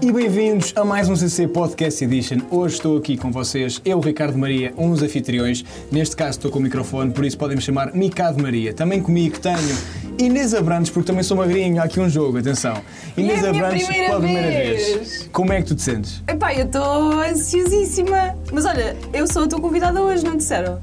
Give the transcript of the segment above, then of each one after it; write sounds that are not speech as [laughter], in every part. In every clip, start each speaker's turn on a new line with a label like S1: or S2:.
S1: e bem-vindos a mais um CC Podcast Edition. Hoje estou aqui com vocês, eu, Ricardo Maria, um dos anfitriões. Neste caso estou com o microfone, por isso podem-me chamar Micado Maria. Também comigo tenho Inês Abrantes, porque também sou magrinho, há aqui um jogo, atenção. Inês
S2: é a minha
S1: Abrantes,
S2: primeira
S1: pela primeira
S2: vez.
S1: vez. Como é que tu te sentes?
S2: Epá, eu estou ansiosíssima. Mas olha, eu sou a tua convidada hoje, não disseram?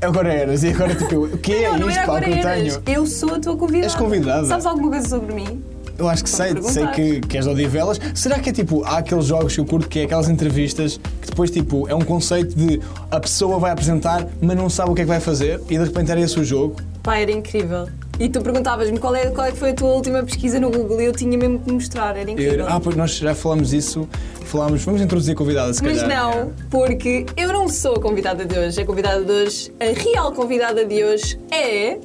S1: Agora eras, e agora tipo, o que é
S2: não, não
S1: isto,
S2: era
S1: pá,
S2: agora
S1: que eu
S2: eras.
S1: tenho?
S2: Eu sou a tua convidada.
S1: És convidada.
S2: Sabes alguma coisa sobre mim?
S1: Eu acho que
S2: Vou
S1: sei, sei
S2: perguntar.
S1: que, que és de Odivelas. Será que é tipo, há aqueles jogos que eu curto que é aquelas entrevistas que depois tipo, é um conceito de a pessoa vai apresentar, mas não sabe o que é que vai fazer e de repente era esse o jogo?
S2: Pá, era incrível. E tu perguntavas-me qual é, qual é que foi a tua última pesquisa no Google e eu tinha mesmo que mostrar, era
S1: E
S2: incrível.
S1: era, ah, pois nós já falámos isso, falámos, vamos introduzir a convidada se
S2: Mas
S1: calhar.
S2: não, porque eu não sou a convidada de hoje. A convidada de hoje, a real convidada de hoje é.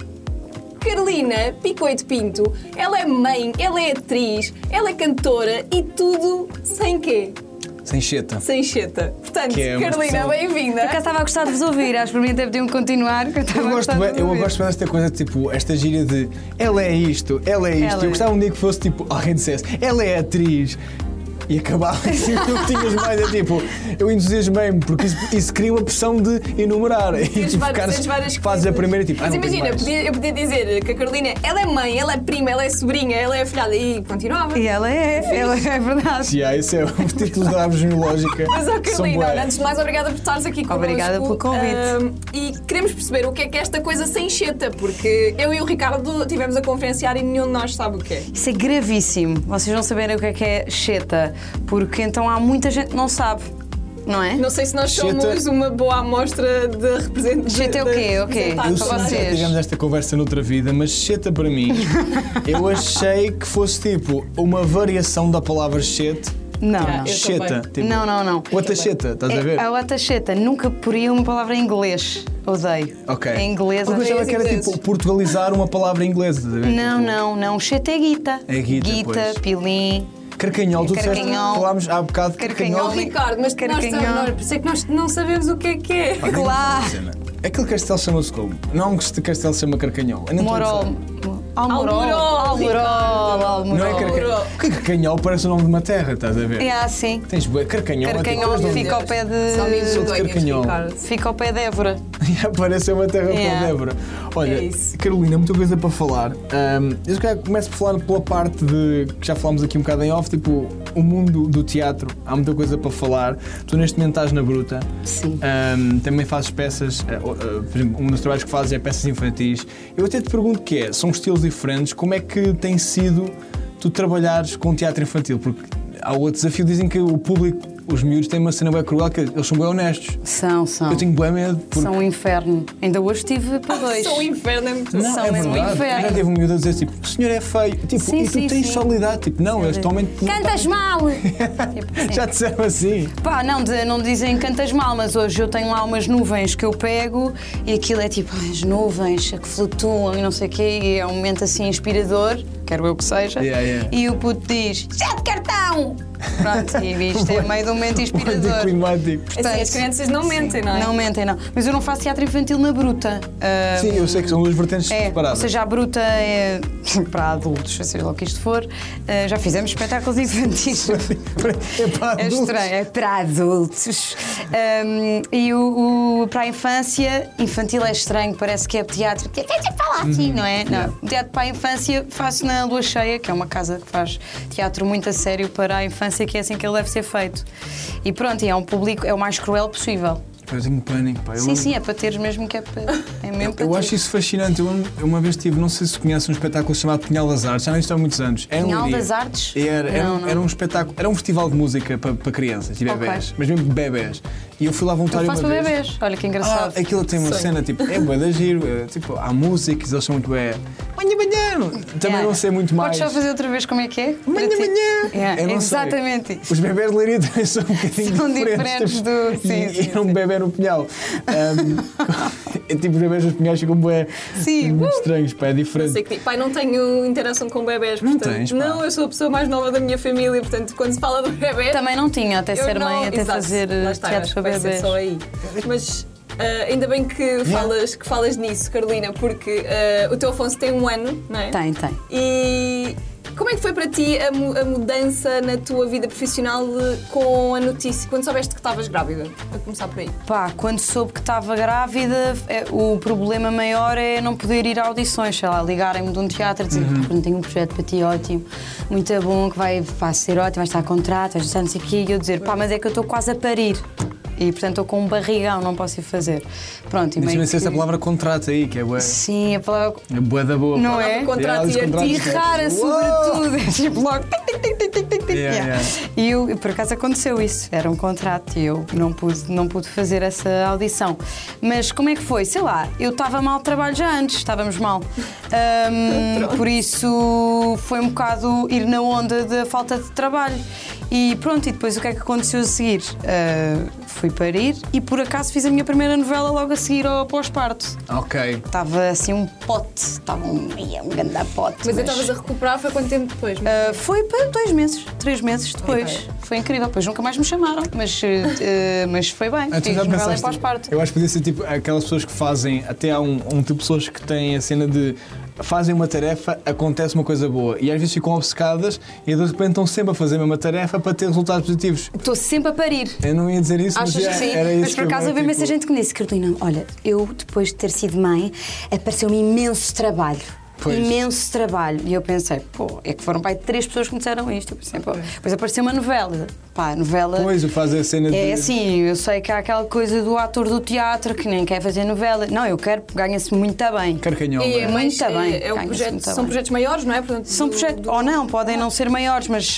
S2: Carolina Picoito Pinto. Ela é mãe, ela é atriz, ela é cantora e tudo sem quê?
S1: Sem cheta.
S2: Sem cheta. Portanto,
S1: Que é uma
S2: Carolina,
S1: expressão-
S2: bem-vinda.
S3: Por acaso estava a gostar de vos ouvir, acho que por mim até podiam continuar. que Eu, estava
S1: Eu
S3: a
S1: gosto,
S3: gostar de
S1: bem,
S3: vos
S1: eu
S3: ouvir.
S1: gosto bem desta coisa, tipo, esta gíria de ela é isto, ela é isto.
S3: Ela
S1: Eu
S3: é.
S1: gostava um dia que fosse tipo, alguém dissesse, ela é atriz. E acabava [laughs] assim, tu que tinhas mais, é tipo, eu entusiasmei-me, porque isso, isso cria uma pressão de enumerar. E
S2: Tens
S1: tu
S2: várias,
S1: ficares-
S2: tens
S1: fazes
S2: várias
S1: tipo, a
S2: coisas.
S1: primeira e tipo, ah,
S2: Mas
S1: não tenho
S2: imagina, eu
S1: mais.
S2: podia, eu podia dizer que a Carolina, ela é mãe, ela é prima, ela é sobrinha, ela é filhada e continuava.
S3: E ela é, ela é verdade.
S1: Yeah, isso é um título da árvore genealógica.
S2: [laughs] Mas, ó,
S1: São
S2: Carolina,
S1: bué.
S2: olha, antes de mais, obrigada por estares aqui connosco.
S3: Obrigada pelo convite.
S2: Ah, e queremos perceber o que é que é esta coisa sem cheta, porque eu e o Ricardo tivemos a conferenciar e nenhum de nós sabe o que é.
S3: Isso é gravíssimo. Vocês não saberem o que é que é cheta, porque então há muita gente que não sabe, não é?
S2: Não sei se nós
S1: Cheta-
S2: somos uma boa amostra de representação.
S3: Cheta é o quê? O quê?
S1: Eu sei que
S3: Eu para
S1: já
S3: vocês.
S1: tivemos esta conversa noutra vida, mas cheta para
S2: [laughs]
S1: mim, eu achei que fosse tipo uma variação da palavra chete.
S3: Não,
S2: Ah, eu
S3: não.
S1: Cheta.
S2: também.
S1: Tipo,
S3: Não, não, não.
S1: O atacheta, estás a ver?
S3: É, a atacheta nunca poria uma palavra em inglês. Odeio.
S1: Ok.
S3: Em inglês.
S1: Porque eu achava que era
S2: ingleses.
S1: tipo portugalizar uma palavra inglesa, estás a ver?
S3: Não, não, não. Cheta é guita.
S1: É guita, pois.
S3: pilim.
S1: Carcanhol, tu disseste,
S3: Carcanhol.
S1: falámos há bocado de
S3: Carcanhol.
S2: Ó,
S1: carcanhol.
S2: Ricardo, mas que nós,
S3: Carcanhol.
S2: nós, por isso é que nós não sabemos o que é que é.
S1: Olha, diz-me
S3: Claro.
S1: uma cena. Aquele castelo chama-se como? Não, que castelo se chama carcanhol. Eu não estou a
S3: Morol.
S1: gozar.
S3: Almorol.
S2: Almorol,
S3: Almorol. Almorol.
S1: Não é carcanhol. Porque carcanhol parece o nome de uma terra, estás a ver?
S3: É assim.
S1: Tens bué, carcanhol. é tipo,
S3: Carcanhol
S1: eles não-
S3: fica ao pé de-
S2: Só me
S1: Sou de
S2: envergonhas,
S1: Carcanhol.
S2: Ricardo.
S3: Fica ao pé de Évora.
S1: [laughs] E apareceu uma terra
S3: Yeah.
S1: para Débora. Olha,
S2: É isso.
S1: Carolina, muita coisa para falar. Ahm, eu se calhar começo por falar pela parte de que já falámos aqui um bocado em off, tipo, o mundo do teatro, há muita coisa para falar. Tu neste momento estás na bruta.
S3: Sim.
S1: Ahm, também fazes peças, ah, oh, ah, por exemplo, um dos trabalhos que fazes é peças infantis. Eu até te pergunto que é, são estilos diferentes, como é que tem sido tu trabalhares com teatro infantil? Porque há outro desafio, dizem que o público, os miúdos têm uma cena bem cruel, que eles são bem honestos.
S3: São, são.
S1: Eu tenho bem medo, porque
S3: São um inferno. Ainda hoje tive para dois.
S2: Sou um inferno, é muito
S1: Não,
S3: São
S1: é
S3: mesmo
S1: verdade.
S3: inferno.
S1: Já teve um miúdo a dizer tipo, o senhor é feio. Tipo,
S3: Sim,
S1: e tu
S3: sim,
S1: tens
S3: sim.
S1: solidade. Tipo, não, eles totalmente.
S2: [laughs]
S3: Cantas mal! Tipo assim.
S1: Já disseram assim.
S3: Pá, não, de- não dizem cantas mal, mas hoje eu tenho lá umas nuvens que eu pego e aquilo é tipo "Ai, as nuvens que flutuam e não sei o quê, e é um momento assim inspirador, quero eu que seja,
S1: Yeah, yeah.
S3: e o puto diz já de cartão! Pronto,
S1: [laughs]
S3: e isto é meio de um momento inspirador.
S1: Anticlimático.
S2: Assim, as crianças não mentem, não é?
S3: Não mentem, não. Mas eu não faço teatro infantil na bruta. Ah,
S1: Sim, eu sei que são duas vertentes
S3: É, ou
S1: separadas.
S3: seja, a bruta é [laughs] para adultos, seja lá o que isto for. Ah, já fizemos espetáculos infantis.
S1: [laughs] é [laughs] para
S3: É
S1: adultos.
S3: estranho, é para adultos. Um, e o, o- para a infância, infantil é estranho, parece que é teatro. Teatro é falar
S1: Uhum.
S3: assim, não é? Não. O Teatro para a infância faço na Lua Cheia, que é uma casa que faz teatro muito a sério para a infância, que é assim que ele deve ser feito. E pronto, e é um público, é o mais cruel possível.
S1: Eu tenho um pânico, pá. Eu,
S3: Sim, sim, é para teres mesmo que é para. É mesmo para
S1: Eu
S3: ter.
S1: acho isso fascinante. Eu eu uma vez tive, não sei se conhecem um espetáculo chamado Pinhal das Artes, já não isto há muitos anos. É em
S3: Pinhal
S1: Leiria.
S3: das Artes?
S1: Era, era,
S3: Não,
S1: um-
S3: não.
S1: era um espetáculo, era um festival de música para, para crianças e bebés, mas mesmo bebés. E eu fui lá
S3: Eu
S1: voluntário
S3: faço
S1: uma
S3: para
S1: vez.
S3: bebês, olha que engraçado.
S1: Ah, aquilo tem uma
S2: Sonho.
S1: cena tipo, é bué da giro, é, tipo, há músicas, eles são muito é. Manhã, manhã! Também
S3: Yeah.
S1: não sei muito mais.
S3: Podes só fazer outra vez como é que é?
S1: Manhã,
S3: Para ti.
S1: manhã!
S3: Yeah,
S1: Eu não sei.
S3: exatamente isso.
S1: Os bebés de leiria [laughs] também são um bocadinho
S3: São
S1: diferentes.
S3: diferentes do- sim,
S1: e,
S3: sim,
S1: e era um
S3: sim.
S1: bebê no
S3: [laughs]
S1: pinhal. Um, [laughs] é tipo, os bebés nos pinhais ficam bué
S3: Sim,
S1: muito
S3: uh!
S1: estranhos, pá, é diferente.
S2: Sei que, tipo, pai, não tenho interação com bebés, portanto.
S1: tens, pá.
S2: não, eu sou a pessoa mais nova da minha família, portanto, quando se fala de bebés.
S3: Também não tinha, até
S2: eu
S3: ser
S2: não-
S3: mãe, até
S2: Exato,
S3: fazer
S2: lá
S3: eh,
S2: está,
S3: teatro para
S2: vai ser
S3: bebês.
S2: só aí. Mas ah, ainda bem que falas, que eh, falas nisso, Carolina, porque ah, o teu Afonso tem um ano, não é?
S3: Tem, tem.
S2: E Como é que foi para ti a, mu- a mudança na tua vida profissional de- com a notícia, quando soubeste que estavas grávida? A começar por aí.
S3: Pá, quando soube que estava grávida, é, o problema maior é não poder ir a audições, sei lá, ligarem-me de um teatro e dizer
S1: Uhum.
S3: que tenho um projeto para ti ótimo, muito bom, que vai, vai ser ótimo, vai estar a contrato, vai estar não sei o quê, e eu dizer, pá, mas é que eu estou quase a parir. E portanto estou com um barrigão, não posso ir fazer. Pronto, e
S1: Deixa-me
S3: meio
S1: ser essa
S3: é que-
S1: palavra contrato aí, que é bué,
S3: Sim, a palavra
S1: é bué da boa.
S3: Não
S1: pá.
S3: é?
S2: O
S1: Yeah,
S2: contrato
S1: os
S2: ia te
S1: contratos,
S2: rara,
S1: né?
S2: sobretudo.
S3: tudo, [laughs] tipo logo. tic, tic, tic, tic, tic, tic, tic,
S1: Yeah,
S3: yeah.
S1: yeah.
S3: E eu, por acaso aconteceu isso, era um contrato e eu não pude, não pude fazer essa audição. Mas como é que foi? Sei lá, eu estava mal de trabalho já antes, estávamos mal.
S1: [laughs]
S3: Ahm, por isso foi um bocado ir na onda da falta de trabalho. E pronto, e depois o que é que aconteceu a seguir? Ah, fui parir e por acaso fiz a minha primeira novela logo a seguir ao pós-parto.
S1: Ok.
S3: Estava assim um pote, estava um, um grande pote.
S2: Mas eu estavas a recuperar, foi quanto tempo depois?
S3: Uh, foi para dois meses, três meses depois. Foi incrível, depois nunca mais me chamaram, mas, uh, uh, mas foi bem.
S1: Ah, tu
S3: Fiz
S1: já
S3: novela
S1: pensaste-
S3: pós-parto.
S1: Eu acho que podia ser tipo aquelas pessoas que fazem, até há um, um tipo de pessoas que têm a cena de fazem uma tarefa, acontece uma coisa boa. E às vezes ficam obcecadas e de repente estão sempre a fazer a mesma tarefa para ter resultados positivos.
S3: Estou sempre a parir.
S1: Eu não ia dizer isso,
S3: Achas
S1: mas
S3: que
S1: já
S3: sim?
S1: era isso.
S3: Mas por
S1: que eu
S3: acaso
S1: era,
S3: houve imensa
S1: tipo,
S4: gente que me disse, Carolina, olha, eu depois de ter sido mãe, apareceu-me imenso trabalho.
S1: Pois.
S4: Imenso trabalho.
S3: E eu pensei, pô, é que foram pai de três pessoas que me disseram isto. Eu pensei, pô. Depois apareceu uma novela. Pá, a novela.
S1: Pois, o fazer a cena de.
S3: É assim, eu sei que há aquela coisa do ator do teatro que nem quer fazer novela. Não, eu quero, ganha-se muito bem.
S1: Carcanhol.
S2: E é
S1: não é?
S2: mais-
S3: Muito tá bem,
S2: é- é um
S3: ganha-se
S2: projeto-
S3: muito
S2: são
S3: bem.
S2: projetos maiores, não é? Portanto,
S3: São
S2: do-
S3: projetos,
S2: do-
S3: ou não, podem não ser maiores, mas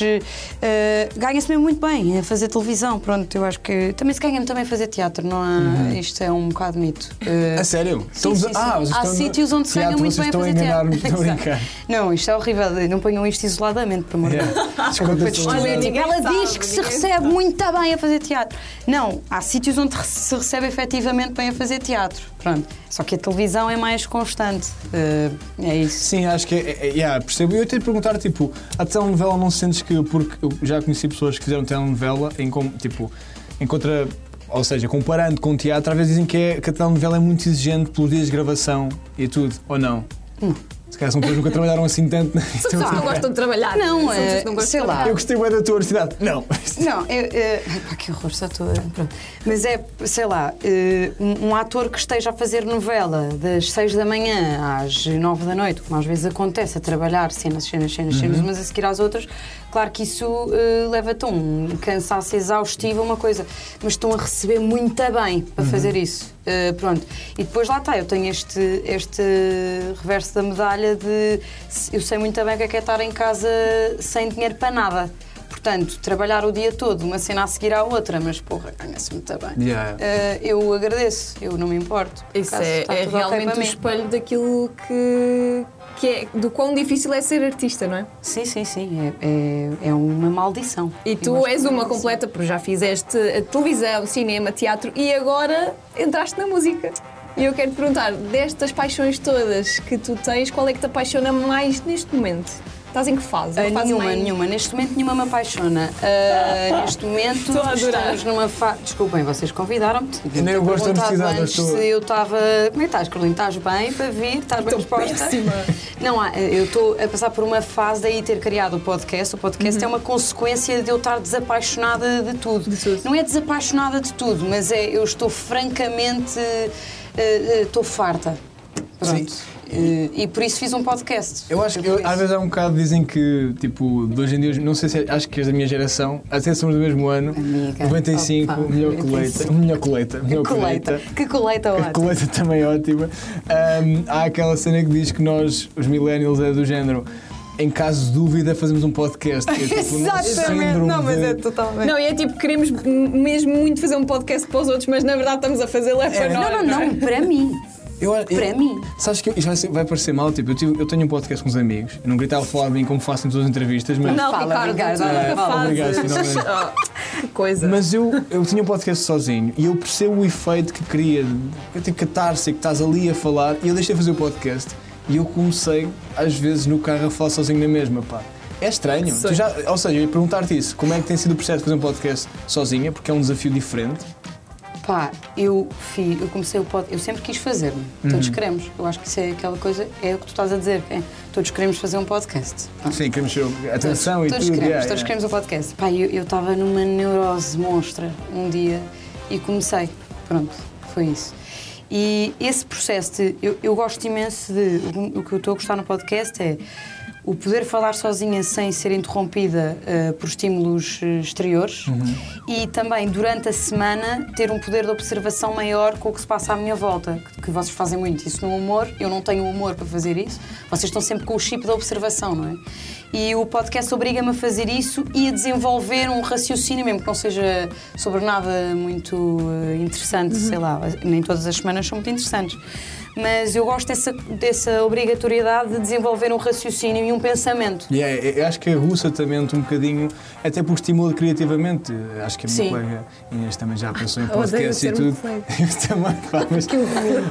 S3: eh, ganha-se mesmo muito bem a fazer televisão. Pronto, eu acho que também se ganha muito bem a fazer teatro, não há. Isto é um bocado mito. Eh,
S1: A sério?
S3: Sim,
S1: Estamos-
S3: sim, sim.
S1: Ah, vocês
S3: Há
S1: Uhum. estão-
S3: sítios onde se ganha
S1: Teatro,
S3: muito
S1: vocês
S3: bem a
S1: estão a
S3: fazer teatro.
S1: enganar-me, estão a
S3: [laughs] Exato.
S1: brincar. [laughs]
S3: não, isto é horrível, não ponham isto isoladamente, pelo amor de Deus.
S1: Yeah. Desconta só-
S2: Olha,
S3: Tipo,
S2: Ninguém
S3: ela
S2: sabe,
S3: diz que se
S2: ninguém
S3: recebe muito tá bem a fazer teatro. Não, há sítios onde re- se recebe efetivamente bem a fazer teatro. Pronto. Só que a televisão é mais constante. Eh, é isso.
S1: Sim, acho que é, é, é, yeah, percebo. Eu ia te perguntar, tipo, a telenovela não sentes que. Porque eu já conheci pessoas que fizeram telenovela em como, tipo, em contra. Ou seja, comparando com o teatro, às vezes dizem que, é, que a telenovela é muito exigente pelos dias de gravação e tudo, ou não?
S3: Hum.
S1: Se calhar são pessoas que nunca trabalharam assim tanto.
S3: [laughs]
S1: na-
S2: São pessoas que não gostam de trabalhar.
S3: Não,
S2: São
S3: é,
S2: pessoas que não gostam
S3: sei
S2: de
S3: lá.
S2: trabalhar.
S1: Eu gostei bem da tua universidade. Não.
S3: Não, eu, eh, ai, pá, que horror, só estou. a- pronto. Mas é, sei lá, eh, um, um ator que esteja a fazer novela das 6 da manhã às 9 da noite, como às vezes acontece, a trabalhar cenas, cenas, cenas, cenas, umas a seguir às outras, claro que isso eh, leva-te a um cansaço exaustivo, uma coisa. Mas estão a receber muito bem para fazer isso. Eh, pronto. E depois lá está, eu tenho este, este reverso da medalha de eu sei muito bem o que é que é estar em casa sem dinheiro para nada. Portanto, trabalhar o dia todo, uma cena a seguir à outra, mas porra, ganha-se muito bem.
S1: Yeah.
S3: Eh, eu agradeço, eu não me importo. Por
S2: Isso
S3: acaso,
S2: é,
S3: está
S2: é
S3: tudo ok
S2: realmente
S3: para
S2: o
S3: mim.
S2: espelho daquilo que, que é, do quão difícil é ser artista, não é?
S3: Sim, sim, sim, é, é, é uma maldição.
S2: E
S3: Eu
S2: tu
S3: acho
S2: és
S3: que é
S2: uma
S3: maldição.
S2: completa, porque já fizeste eh, televisão, cinema, teatro e agora entraste na música. E eu quero te perguntar, destas paixões todas que tu tens, qual é que te apaixona mais neste momento? Estás em que fase?
S3: Ah,
S2: Uma fase
S3: nenhuma,
S2: mais-
S3: nenhuma. Neste momento nenhuma me apaixona. Ah,
S2: [laughs]
S3: neste momento
S2: Estou a adorar.
S3: estamos numa fase. Desculpem, vocês convidaram-me.
S1: Eu nem gosto da honestidade,
S3: antes
S1: eu estou-
S3: se eu estava. Como é que estás, Carolina? Estás bem para vir? Estás bem disposta?
S2: péssima.
S3: [laughs] Não, ah, eu estou a passar por uma fase daí ter criado o podcast. O podcast é uma consequência de eu estar desapaixonada de tudo.
S2: Uhum. De tudo.
S3: Não é desapaixonada de tudo, mas é eu estou francamente. eh, eh, Estou farta. Pronto. Eh, e por isso fiz um podcast.
S1: Eu acho que
S3: Por
S1: eu-
S3: isso.
S1: às vezes há um bocado dizem que, tipo, de hoje em dia, não sei se é- acho que és da minha geração, até somos do mesmo ano,
S3: Amiga,
S1: 95,
S3: opa,
S1: melhor
S3: 95.
S1: coleta, melhor coleta, melhor
S3: Coleta.
S1: coleta.
S3: Que coleta,
S1: A
S3: ótimo.
S1: coleta também é ótima. Ahm, há aquela cena que diz que nós, os millennials, é do género. Em caso de dúvida, fazemos um podcast. É
S3: [laughs]
S1: tipo o nosso síndrome de-
S3: totalmente.
S2: Não, e é tipo, queremos m- mesmo muito fazer um podcast para os outros, mas na verdade estamos a fazê-lo é para nós.
S3: Não, não, não, para mim.
S1: Eu, eu,
S3: Para mim.
S1: Sabes que eu- isto vai, ser- vai parecer mal? Tipo, eu, tive- eu tenho um podcast com uns amigos. Eu não gritava falar bem como faço em todas as entrevistas, mas.
S2: Não,
S3: Fala,
S2: Ricardo,
S3: Ricardo, É.
S2: tu
S3: olha,
S2: nunca
S3: fala.
S2: fazes.
S1: Obrigado, finalmente.
S2: [laughs] Oh, que coisa.
S1: Mas eu, eu tinha um podcast sozinho e eu percebo o efeito que queria. Eu tenho catarse é que estás ali a falar e eu deixei de fazer o podcast e eu comecei, às vezes, no carro a falar sozinho na mesma, pá. É estranho.
S2: Sei.
S1: Tu já, ou seja, eu ia perguntar-te isso. Como é que tem sido o processo de fazer um podcast sozinha? Porque é um desafio diferente.
S3: Pá, eu fiz, eu comecei o pod, eu sempre quis fazer, não é? todos queremos. Eu acho que isso é aquela coisa, é o que tu estás a dizer, é, todos queremos fazer um podcast. não é?
S1: Sim, queremos ser atenção
S3: todos,
S1: e
S3: todos
S1: tudo.
S3: Queremos,
S1: yeah,
S3: todos
S1: yeah.
S3: queremos o podcast. Pá, eu eu estava numa neurose monstra um dia e comecei. Pronto, foi isso. E esse processo de. Eu, eu gosto imenso de. o- O que eu estou a gostar no podcast é o poder falar sozinha sem ser interrompida eh, por estímulos eh, exteriores
S1: Uhum.
S3: e também durante a semana ter um poder de observação maior com o que se passa à minha volta, que, que vocês fazem muito isso no humor, eu não tenho humor para fazer isso, vocês estão sempre com o chip da observação, não é? E o podcast obriga-me a fazer isso e a desenvolver um raciocínio, mesmo que não seja sobre nada muito eh, interessante, sei lá, nem todas as semanas são muito interessantes. Mas eu gosto dessa, dessa obrigatoriedade de desenvolver um raciocínio e um pensamento.
S1: Yeah, é, eu acho que aguça também um bocadinho, até porque estimula criativamente. Acho que a minha
S3: Sim.
S1: colega Inês também já pensou em
S2: Ah, odeio
S1: podcast e
S2: ser um
S1: tudo.
S2: muito leiga.
S1: [laughs] Eu também, pá, mas,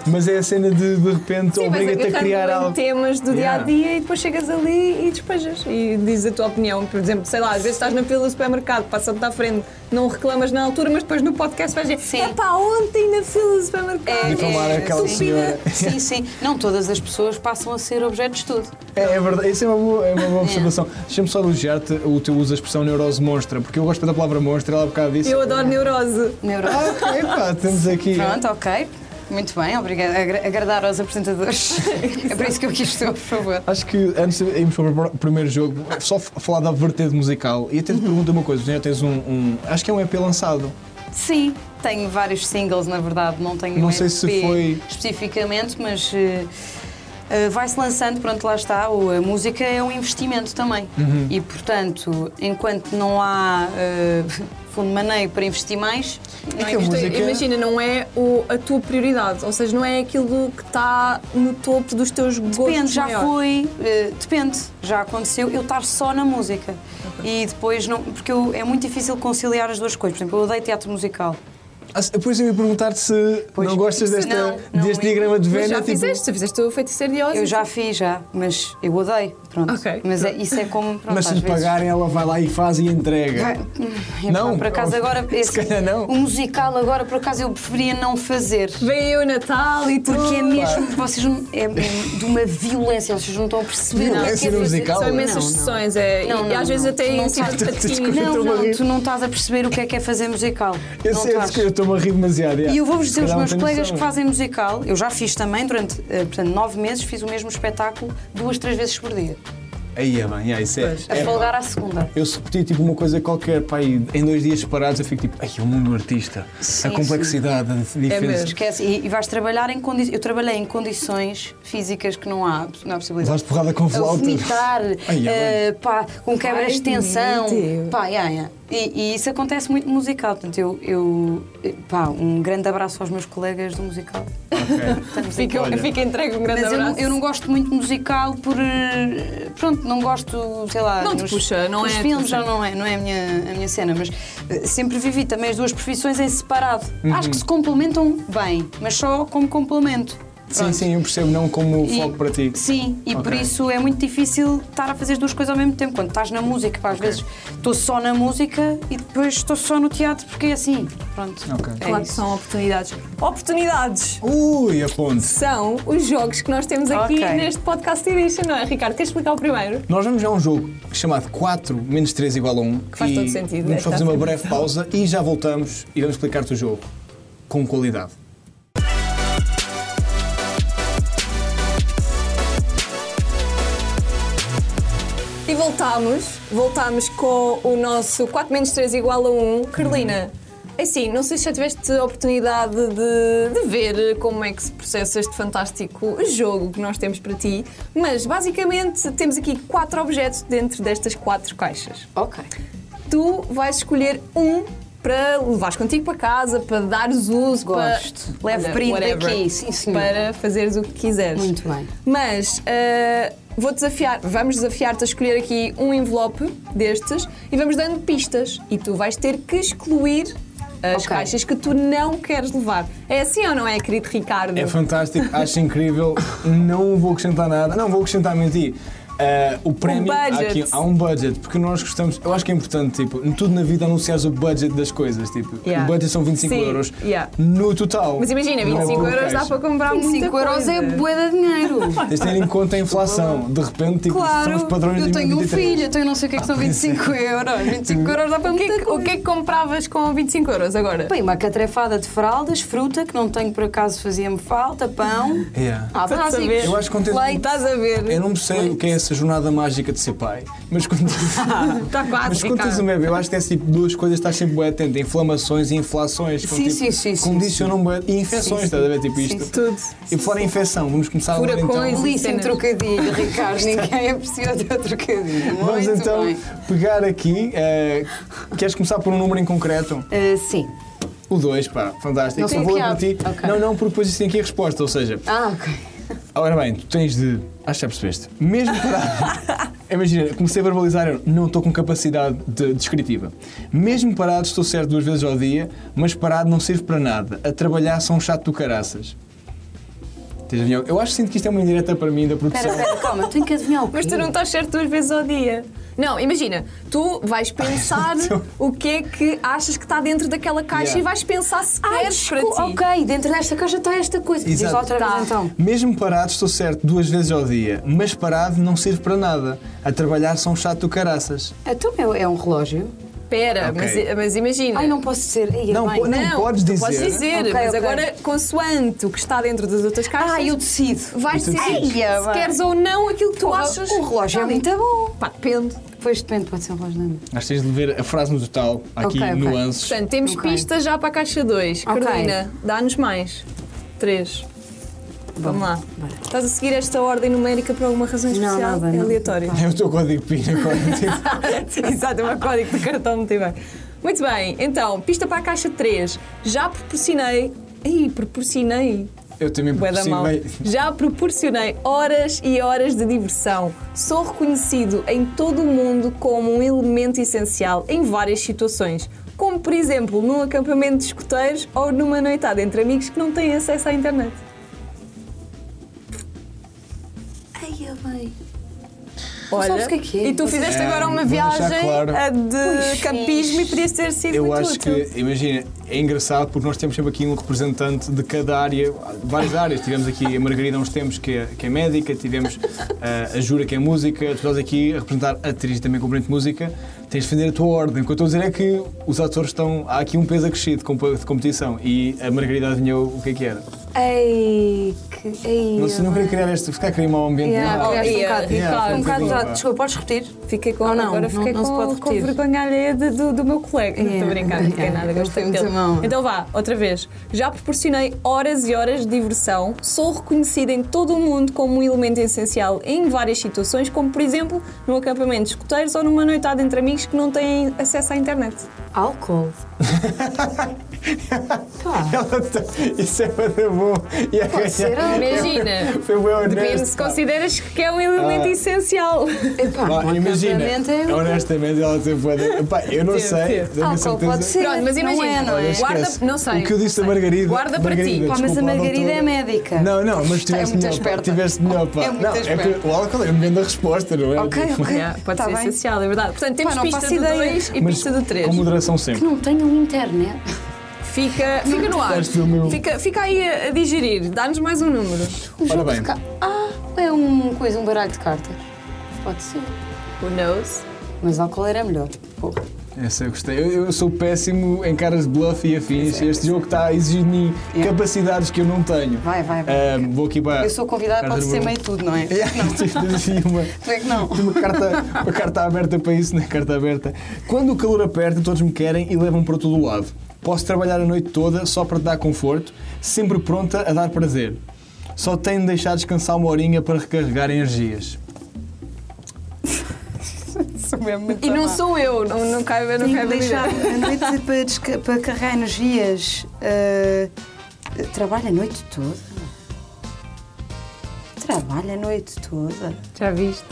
S1: mas é a cena de de repente
S2: Sim, é vais
S1: obriga-te a
S2: agarrar
S1: criar
S2: em
S1: algo.
S2: temas do dia a
S1: Yeah.
S2: dia e depois chegas ali e despejas e dizes a tua opinião. Por exemplo, sei lá, às vezes estás na fila do supermercado, passa-te à frente, não reclamas na altura, mas depois no podcast vais dizer:
S3: Sim.
S2: Epá, ontem na fila do supermercado. É,
S1: Difamar aquela
S2: estúpida."
S1: senhora.
S3: Sim, sim. Não todas as pessoas passam a ser objeto de estudo.
S1: É, é verdade, isso é uma boa, é uma boa observação. Deixa-me só elogiar-te o teu uso da expressão neurose monstra, porque eu gosto da palavra monstra, ela há bocado disse.
S2: Eu adoro neurose.
S3: Neurose.
S1: Ah, ok, pá, temos aqui.
S3: Pronto, ok. Muito bem, obrigada. Agra- agradar aos apresentadores. é por isso que eu quis estou, por favor.
S1: Acho que antes de irmos para o pr- primeiro jogo, só f- falar da vertente musical e
S2: Uhum.
S1: até te pergunto uma coisa: já tens um, um- Acho que é um EP lançado.
S3: Sim, tenho vários singles, na verdade, não tenho
S1: Não
S3: um
S1: sei se
S3: EP
S1: foi-
S3: especificamente, mas eh, eh, vai-se lançando, pronto, lá está. O- A música é um investimento também.
S1: Uhum.
S3: E portanto, enquanto não há eh, [laughs] fundo de maneio para investir mais,
S1: O que
S2: Não
S1: é
S2: é? Isto é-
S1: música?
S2: Imagina, não é o- a tua prioridade, ou seja, não é aquilo que está no topo dos teus
S3: Depende,
S2: gostos.
S3: já
S2: maiores.
S3: foi, eh, depende, já aconteceu eu estar só na música. E depois, não, porque eu- é muito difícil conciliar as duas coisas. Por exemplo, eu odeio teatro musical.
S1: Ah, se- Depois eu ia perguntar-te se
S3: Pois,
S1: não gostas
S3: se
S1: desta,
S3: não, não
S1: deste
S3: ia.
S1: diagrama de
S2: Mas
S1: Venn.
S2: já
S1: tipo,
S2: fizeste, já fizeste o feiticeiro de Oz.
S3: Eu já fiz, já, mas eu odeio, pronto.
S2: Ok,
S3: Mas é- isso é como, pronto,
S1: Mas se
S3: às
S1: lhe
S3: vezes... Ah,
S1: pagarem, ela vai lá e faz e entrega.
S3: Vai- Epá,
S1: Não?
S3: por acaso agora
S1: [laughs] Se
S3: esse-
S1: calhar não.
S3: o musical agora por acaso eu preferia não fazer
S2: Veio o Natal e tudo.
S3: porque é mesmo vocês não- é de uma violência vocês não estão a perceber o que é
S1: Violência
S3: que é
S1: no
S3: fazer-
S1: musical?
S2: São imensas
S3: Não, não.
S2: sessões, é.
S3: Não,
S2: e
S3: não,
S2: às vezes
S3: não.
S2: até
S3: Não
S2: em cima
S3: faz-
S2: de patinhos.
S1: Eu
S3: Não,
S1: estou-me a
S3: não,
S1: rir.
S3: tu não estás a perceber o que é que é fazer musical.
S1: Eu
S3: não
S1: sei,
S3: estás.
S1: eu estou-me a rir demasiado. yeah.
S3: E eu vou-vos
S1: Se
S3: dizer, os
S1: calhar não
S3: meus
S1: tenho
S3: colegas
S1: noção.
S3: que fazem musical, eu já fiz também durante, eh, portanto, nove meses, fiz o mesmo espetáculo duas, três vezes por dia.
S1: Aí é bem, yeah, isso é.
S2: Pois.
S3: A
S1: é-
S3: folgar à segunda.
S1: Eu se repetir tipo uma coisa qualquer, pai, em dois dias separados eu fico tipo, ai, o mundo do artista,
S3: Sim, É
S1: a complexidade, a diferença.
S2: mesmo.
S3: Esquece, e, e vais trabalhar em condições. Eu trabalhei em condições físicas que não há, não há possibilidade.
S1: Vais porrada com
S3: a
S1: flauta.
S3: vomitar,
S1: [laughs] Ai, é
S3: eh, pá, com quebras de
S2: Ai,
S3: tensão.
S2: meu Deus.
S3: Pá, yeah, yeah. E, e isso acontece muito no musical. Portanto, eu, eu. eh, Pá, um grande abraço aos meus colegas do musical. [laughs]
S1: Ok.
S3: Estamos em
S2: Fica,
S1: Olha.
S2: fica entregue um grande
S3: Mas eu não,
S2: abraço.
S3: eu não gosto muito de musical por. eh, Pronto, não gosto, sei lá.
S2: Não te puxa, não
S3: nos
S2: é a
S3: filmes
S2: tua
S3: já não é, não é a minha, a minha cena, mas eh, sempre vivi também as duas profissões em separado.
S1: Uhum.
S3: Acho que se complementam bem, mas só como complemento.
S1: Sim, sim, eu percebo, não como
S3: E-
S1: foco para ti.
S3: Sim, e por
S1: Ok.
S3: isso é muito difícil estar a fazer as duas coisas ao mesmo tempo. Quando estás na música, pá, às vezes estou só na música e depois estou só no teatro, porque é assim. Pronto.
S1: Ok.
S3: É
S2: Claro que
S3: isso.
S2: são oportunidades. Oportunidades!
S1: Ui, a ponte.
S2: São os jogos que nós temos aqui
S3: Ok.
S2: neste podcast Edition, não é, Ricardo? Queres explicar o primeiro?
S1: Nós vamos já a um jogo chamado 4 menos 3 igual a 1. Que
S2: faz todo sentido,
S1: Vamos só
S2: esta
S1: fazer uma breve
S2: afirmação.
S1: pausa e já voltamos e vamos explicar-te o jogo com qualidade.
S2: E voltámos, voltámos com o nosso 4 menos 3 igual a 1. Carolina, assim, não sei se já tiveste a oportunidade de, de ver como é que se processa este fantástico jogo que nós temos para ti, mas basicamente temos aqui quatro objetos dentro destas quatro caixas.
S3: Ok.
S2: Tu vais escolher um para levares contigo para casa, para dares uso,
S3: Gosto.
S2: para...
S3: Leve brinde aqui, sim, senhor.
S2: Para fazeres o que quiseres.
S3: Muito bem.
S2: Mas ah, vou desafiar, vamos desafiar-te a escolher aqui um envelope destes e vamos dando pistas. E tu vais ter que excluir as
S3: Ok.
S2: caixas que tu não queres levar. É assim ou não é, querido Ricardo?
S1: É fantástico, acho incrível, não vou acrescentar nada. Não, vou acrescentar, menti. ah, o prémio. há
S2: Um budget.
S1: aqui- há um budget, porque nós gostamos. Eu acho que é importante, tipo, em tudo na vida anunciares o budget das coisas. Tipo,
S2: Yeah.
S1: o budget são 25
S2: Sim,
S1: euros
S2: yeah.
S1: no total.
S2: Mas imagina,
S1: Não é
S2: 25
S1: por
S2: euros dá
S1: caixa.
S2: para comprar muita
S4: 5 euros
S2: coisa.
S4: é bué de dinheiro.
S2: [laughs]
S1: Tens de ter em conta a inflação. De repente, tipo, são os padrões de
S3: eu tenho um
S1: 2023.
S3: filho, eu tenho não sei o que é
S4: Ah,
S3: que são 25 euros.
S4: Uhum.
S3: 25 euros dá para
S2: O que, é
S3: muita
S2: que, o
S3: coisa.
S2: que é que compravas com 25 euros agora?
S3: Bem, uma catrefada de fraldas, fruta, que não tenho por acaso, fazia-me falta, pão.
S4: É.
S1: Yeah.
S3: Ah,
S2: Estás a
S3: básicos.
S2: ver?
S1: Eu acho que contente-
S2: Leite, estás a ver?
S1: Eu não sei o que é essa jornada mágica de ser pai, mas quando,
S3: [laughs] Ah,
S2: Está Tá quase,
S1: mas quando tens
S2: Ricardo.
S1: um bebê, eu acho que tens tipo duas coisas que estás sempre bem atento: inflamações e inflações. que são,
S3: Sim,
S1: tipo,
S3: sim, sim, sim,
S1: Condicionam bué- e infecções,
S3: Sim,
S1: estás a ver? Tipo
S3: sim,
S1: isto.
S3: sim.
S2: Tudo.
S1: E fora a infecção, vamos começar agora
S2: Furacões.
S1: então.
S3: Belíssimo
S2: Cenas.
S4: [laughs]
S3: trocadilho, Ricardo. Ninguém apreciou o teu trocadilho.
S1: Vamos
S3: Muito
S1: então
S3: bem.
S1: pegar aqui. eh, queres começar por um número em concreto?
S4: Ah, sim.
S1: O 2, pá, fantástico.
S3: Não
S1: Só
S3: sei
S1: vou
S3: que
S1: ler para ti.
S3: abre. Ok.
S1: Não, não, porque depois isso tem aqui a resposta. Ou seja,
S3: Ah, ok.
S1: Oh, Ora bem, tu tens de. Acho que já percebeste. Mesmo
S4: [laughs]
S1: parado. Imagina, comecei a verbalizar, eu não estou com capacidade de- descritiva. Mesmo parado, estou certo duas vezes ao dia, mas parado não serve para nada. A trabalhar são um chato do caraças. Tens a minha- Eu acho que sinto que isto é uma indireta para mim da produção.
S4: Espera, espera, calma, tenho que adivinhar o quê?
S2: Mas tu não estás certo duas vezes ao dia. Não, imagina, tu vais
S1: [laughs]
S2: pensar o que é que achas que está dentro daquela caixa
S1: Então. Yeah.
S2: e vais pensar se
S4: Ai,
S2: queres para ti.
S4: desculpa, ok, dentro desta caixa está esta coisa. Diz
S1: Exato.
S4: lá outra
S2: Tá.
S4: vez então.
S1: Mesmo parado, estou certo duas vezes ao dia, mas parado não serve para nada. A trabalhar são um chato do caraças.
S4: Então é, é um relógio?
S2: Espera,
S1: Ok.
S2: mas, mas
S3: É.
S2: imagina.
S4: Ai, não posso dizer. Ai,
S1: Não,
S4: mãe.
S1: po- não. podes
S2: tu
S1: dizer.
S2: Podes dizer,
S4: Ok,
S2: mas
S4: ok.
S2: agora, consoante o que está dentro das outras caixas,
S4: Ah, eu decido.
S2: vais
S1: Portanto,
S2: decidir
S4: sim. Ai,
S2: se
S4: bem.
S2: queres ou não aquilo que tu
S4: Porra,
S2: achas.
S4: o relógio é
S2: Tá.
S4: muito bom.
S2: Pá, depende.
S4: Depois depende, pode ser um relógio
S3: é?
S4: não.
S1: Acho que tens de ver a frase no total, há aqui
S4: Ok, ok.
S1: nuances.
S2: Portanto, temos
S4: Ok.
S2: pistas já para a caixa 2.
S4: Ok.
S2: Carolina, dá-nos mais. 3. Vamos lá. Estás a seguir esta ordem numérica por alguma razão especial?
S4: nada,
S2: é
S4: não.
S2: aleatório.
S1: [laughs] É o teu código PIN agora.
S4: [laughs]
S1: tipo.
S2: [laughs] Exato, é o meu código do cartão, muito bem. Muito bem, então, pista para a caixa 3. Já proporcionei. Ih, proporcionei.
S1: Eu também
S2: Bué é da mão.
S1: proporcionei.
S2: Já proporcionei horas e horas de diversão. Sou reconhecido em todo o mundo como um elemento essencial em várias situações. Como, por exemplo, num acampamento de escuteiros ou numa noitada entre amigos que não têm acesso à internet.
S4: Ai, a mãe.
S2: Olha,
S4: sabes o que é que é?
S2: e tu fizeste
S1: É,
S2: agora
S1: vou
S2: uma
S1: deixar
S2: viagem
S1: claro.
S2: ah, de
S4: Pois
S2: campismo e podias ter sido
S1: Eu
S2: É muito
S1: acho
S2: útil.
S1: que, imagina, é engraçado porque nós temos sempre aqui um representante de cada área, de várias áreas. Tivemos aqui a Margarida há uns tempos, que é, que é médica, tivemos eh, a Jura, que é música, tu estás aqui a representar atriz também componente de música. Tens de defender a tua ordem. O que eu estou a dizer é que os atores estão. Há aqui um peso acrescido de compa- de competição e a Margarida adivinhou o que é que era.
S4: Ei, que. Ei,
S1: Não, sei, não queria criar este. Se calhar queria um mau ambiente.
S4: Yeah,
S1: não.
S2: criar-
S4: criaste um
S2: yeah,
S4: bocado.
S1: yeah,
S4: um bocado
S1: desculpa.
S4: já. Desculpa, podes repetir?
S2: Fiquei com,
S4: Ou não,
S2: agora
S4: não-
S2: fiquei
S4: não se
S2: com,
S4: pode
S2: com
S4: repetir.
S2: vergonha alheia de- do, do meu colega. Não estou a
S4: Yeah,
S2: brincar, não fiquei
S4: yeah,
S2: nada,
S4: ele
S2: gostei
S4: foi muito
S2: dele.
S4: mau.
S2: Então vá, outra vez. Já proporcionei horas e horas de diversão, sou reconhecida em todo o mundo como um elemento essencial em várias situações, como por exemplo num acampamento de escuteiros ou numa noitada entre amigos que não têm acesso à internet.
S4: Álcool. Pá,
S1: [laughs] Ela está- Isso é muito bom. E a
S4: Pode ser
S1: ganhar-
S4: algo.
S2: Imagina.
S1: Foi bem honesto.
S2: Depende se
S1: pá.
S2: consideras que é um elemento
S1: Ah.
S2: [laughs] essencial.
S4: epá,
S1: Pá,
S4: um
S1: imagina,
S4: acampamento é-
S1: honestamente, ela sempre foi. Pá, eu não
S2: Teve,
S1: sei,
S2: teve.
S1: tenho a
S4: Álcool
S1: certeza.
S4: pode ser.
S2: Pronto, mas
S4: Não é,
S2: imagina.
S4: não é?
S1: Esquece.
S2: Guarda, não sei.
S1: O que eu disse
S2: não
S1: a
S2: sei.
S1: Margarida.
S2: Guarda para
S1: Margarida,
S2: ti.
S4: Pá, mas
S1: desculpa
S4: a
S1: lá,
S4: Margarida
S1: doutora.
S4: é médica. É
S1: Não, não, mas tiveste
S4: muito
S1: melhor, pá,
S4: esperta.
S1: tiveste melhor, pá.
S4: É muito
S1: não, é
S4: esperta.
S1: que o álcool é um grande resposta, não é?
S4: Ok,
S1: Tipo,
S4: ok.
S2: Yeah, pode
S4: Tá
S2: ser
S4: bem.
S2: essencial, é verdade. Portanto, temos
S4: Pá, não
S2: pista
S4: faço
S2: do
S4: ideia.
S2: 2 e
S1: Mas
S2: pista do 3.
S1: Com moderação
S4: Que
S1: sempre.
S4: não tenho um internet.
S2: Fica, fica no ar.
S1: Teste o meu.
S2: Fica, fica aí a, a digerir. Dá-nos mais um número.
S4: Um
S1: Ora
S4: jogo
S1: bem.
S4: de ca- Ah, é um coisa, um baralho de cartas. Pode ser.
S2: Who knows?
S4: Mas álcool era melhor. Porra.
S1: Essa eu gostei. Eu, eu sou péssimo em caras de bluff e
S4: é,
S1: afins. este jogo está a exigir de mim capacidades que eu não tenho.
S4: Vai, vai, vai.
S1: Ah, vou aqui para.
S3: Eu sou convidada,
S1: Carta
S3: pode ser
S1: número um. [laughs]
S3: meio tudo, não é?
S1: É, tipo, assim, uma,
S3: Como é que não?
S1: uma, carta, uma carta aberta para isso, não é carta aberta. Quando o calor aperta, todos me querem e levam para todo o lado. Posso trabalhar a noite toda só para te dar conforto, sempre pronta a dar prazer. Só tenho de deixar descansar uma horinha para recarregar energias. Um
S3: Isso mesmo, muito
S2: E não
S3: mal.
S2: sou eu, não, não caiba, não
S3: Tenho que
S2: caiba
S3: deixar
S2: deixar.
S3: a noite para, desca- para carregar energias. Ah, trabalho a noite toda? Trabalho a noite toda?
S2: Já viste?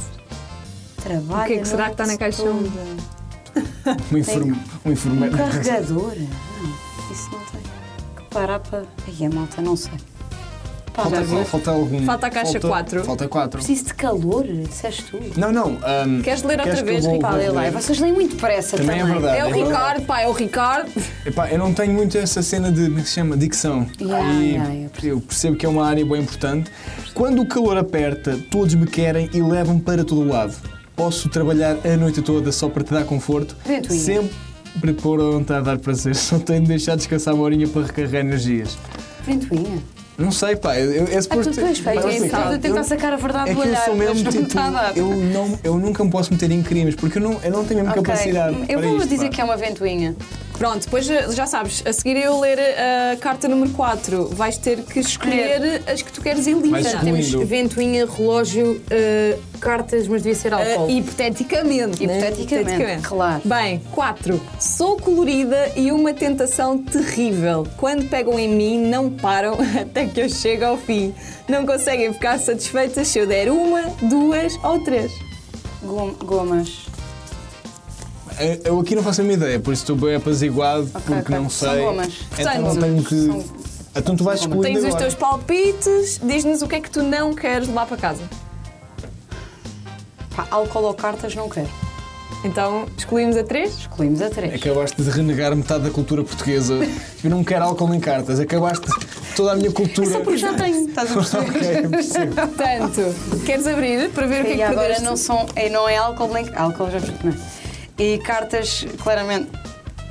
S3: Trabalho
S2: O que é que
S3: a
S2: será que está
S3: noite
S2: na caixa um?
S3: toda.
S1: Um, informe, um
S4: Um
S1: informe-
S4: carregador? Não, isso não tem. Que parar para. Ai, a malta, não sei.
S3: Pá,
S1: Falta,
S3: já vi.
S1: qual? falta algum.
S2: Falta a caixa
S1: falta,
S2: quatro.
S1: Falta 4.
S4: Preciso de calor, disseste tu.
S1: Não, não. ahm,
S2: Queres ler outra
S1: que eu
S2: vez,
S1: vou-
S2: Ricardo?
S1: vou
S4: Lê lá,
S1: ler?
S4: e vocês leem muito depressa também.
S1: Também é verdade.
S2: É o
S1: verdade.
S2: Ricardo, pá, é o Ricardo.
S1: Epá, eu não tenho muito essa cena de, como é que se chama, dicção.
S4: Yeah,
S1: e
S4: yeah, eu
S1: eu percebo que é uma área bem importante. Quando o calor aperta, todos me querem e levam-me para todo o lado. Posso trabalhar a noite toda só para te dar conforto.
S4: Ventoinha.
S1: Sempre pronto a dar prazer. [laughs] Só tenho de deixar descansar uma horinha para recarregar energias.
S4: Ventoinha.
S1: Não sei, pá. Eu, eu, é
S4: Ah, tu tens feito
S1: Pá,
S4: isso.
S1: Ricardo,
S4: Estás a
S1: eu-
S4: tentar sacar a verdade
S1: assim.
S4: do
S1: é que eu
S4: olhar.
S1: sou
S4: mas
S1: mesmo
S4: não
S1: tipo.
S4: está a dar.
S1: Eu, não, eu nunca me posso meter em crimes porque eu não, eu não tenho a mesma
S3: Ok.
S1: capacidade.
S3: Eu
S1: para
S3: vou
S1: isto,
S3: dizer
S1: pá.
S3: que é uma ventoinha.
S2: Pronto, depois eh, já sabes, a seguir eu ler a carta número 4. Vais ter que escolher as que tu queres em
S1: Vais
S2: lista.
S1: escolher.
S4: Temos
S1: Lindo.
S4: ventoinha, relógio,
S3: eh,
S4: ah, cartas, mas devia ser
S2: Ah,
S4: álcool.
S2: hipoteticamente, né?
S3: Hipoteticamente,
S4: claro.
S2: Bem, 4. Sou colorida e uma tentação terrível. Quando pegam em mim, não param [laughs] até que eu chego ao fim. Não conseguem ficar satisfeitas se eu der uma, duas ou três.
S3: Gom- Gomas.
S1: Eh, Eu- Eu aqui não faço a minha ideia, por isso estou bem apaziguado, porque
S3: ok.
S1: não sei.
S3: São gomas.
S1: Então
S2: Portanto,
S1: não tenho que. Então tu vais escolher.
S2: Tens os
S1: agora.
S2: teus palpites, diz-nos o que é que tu não queres levar para casa.
S3: Pá, álcool ou cartas não quero.
S2: Então, escolhemos a três?
S3: Escolhemos a três.
S1: Acabaste de renegar metade da cultura portuguesa. Eu não quero álcool nem cartas. Acabaste toda a minha cultura. [laughs]
S3: já tenho. Estás a [laughs] perceber?
S1: Ok, eu percebo.
S2: [laughs] Portanto, queres abrir para ver o que é
S3: E
S2: que
S3: agora
S2: perdeste?
S3: não, são, é, não é álcool nem. Álcool já não. é? E cartas, claramente.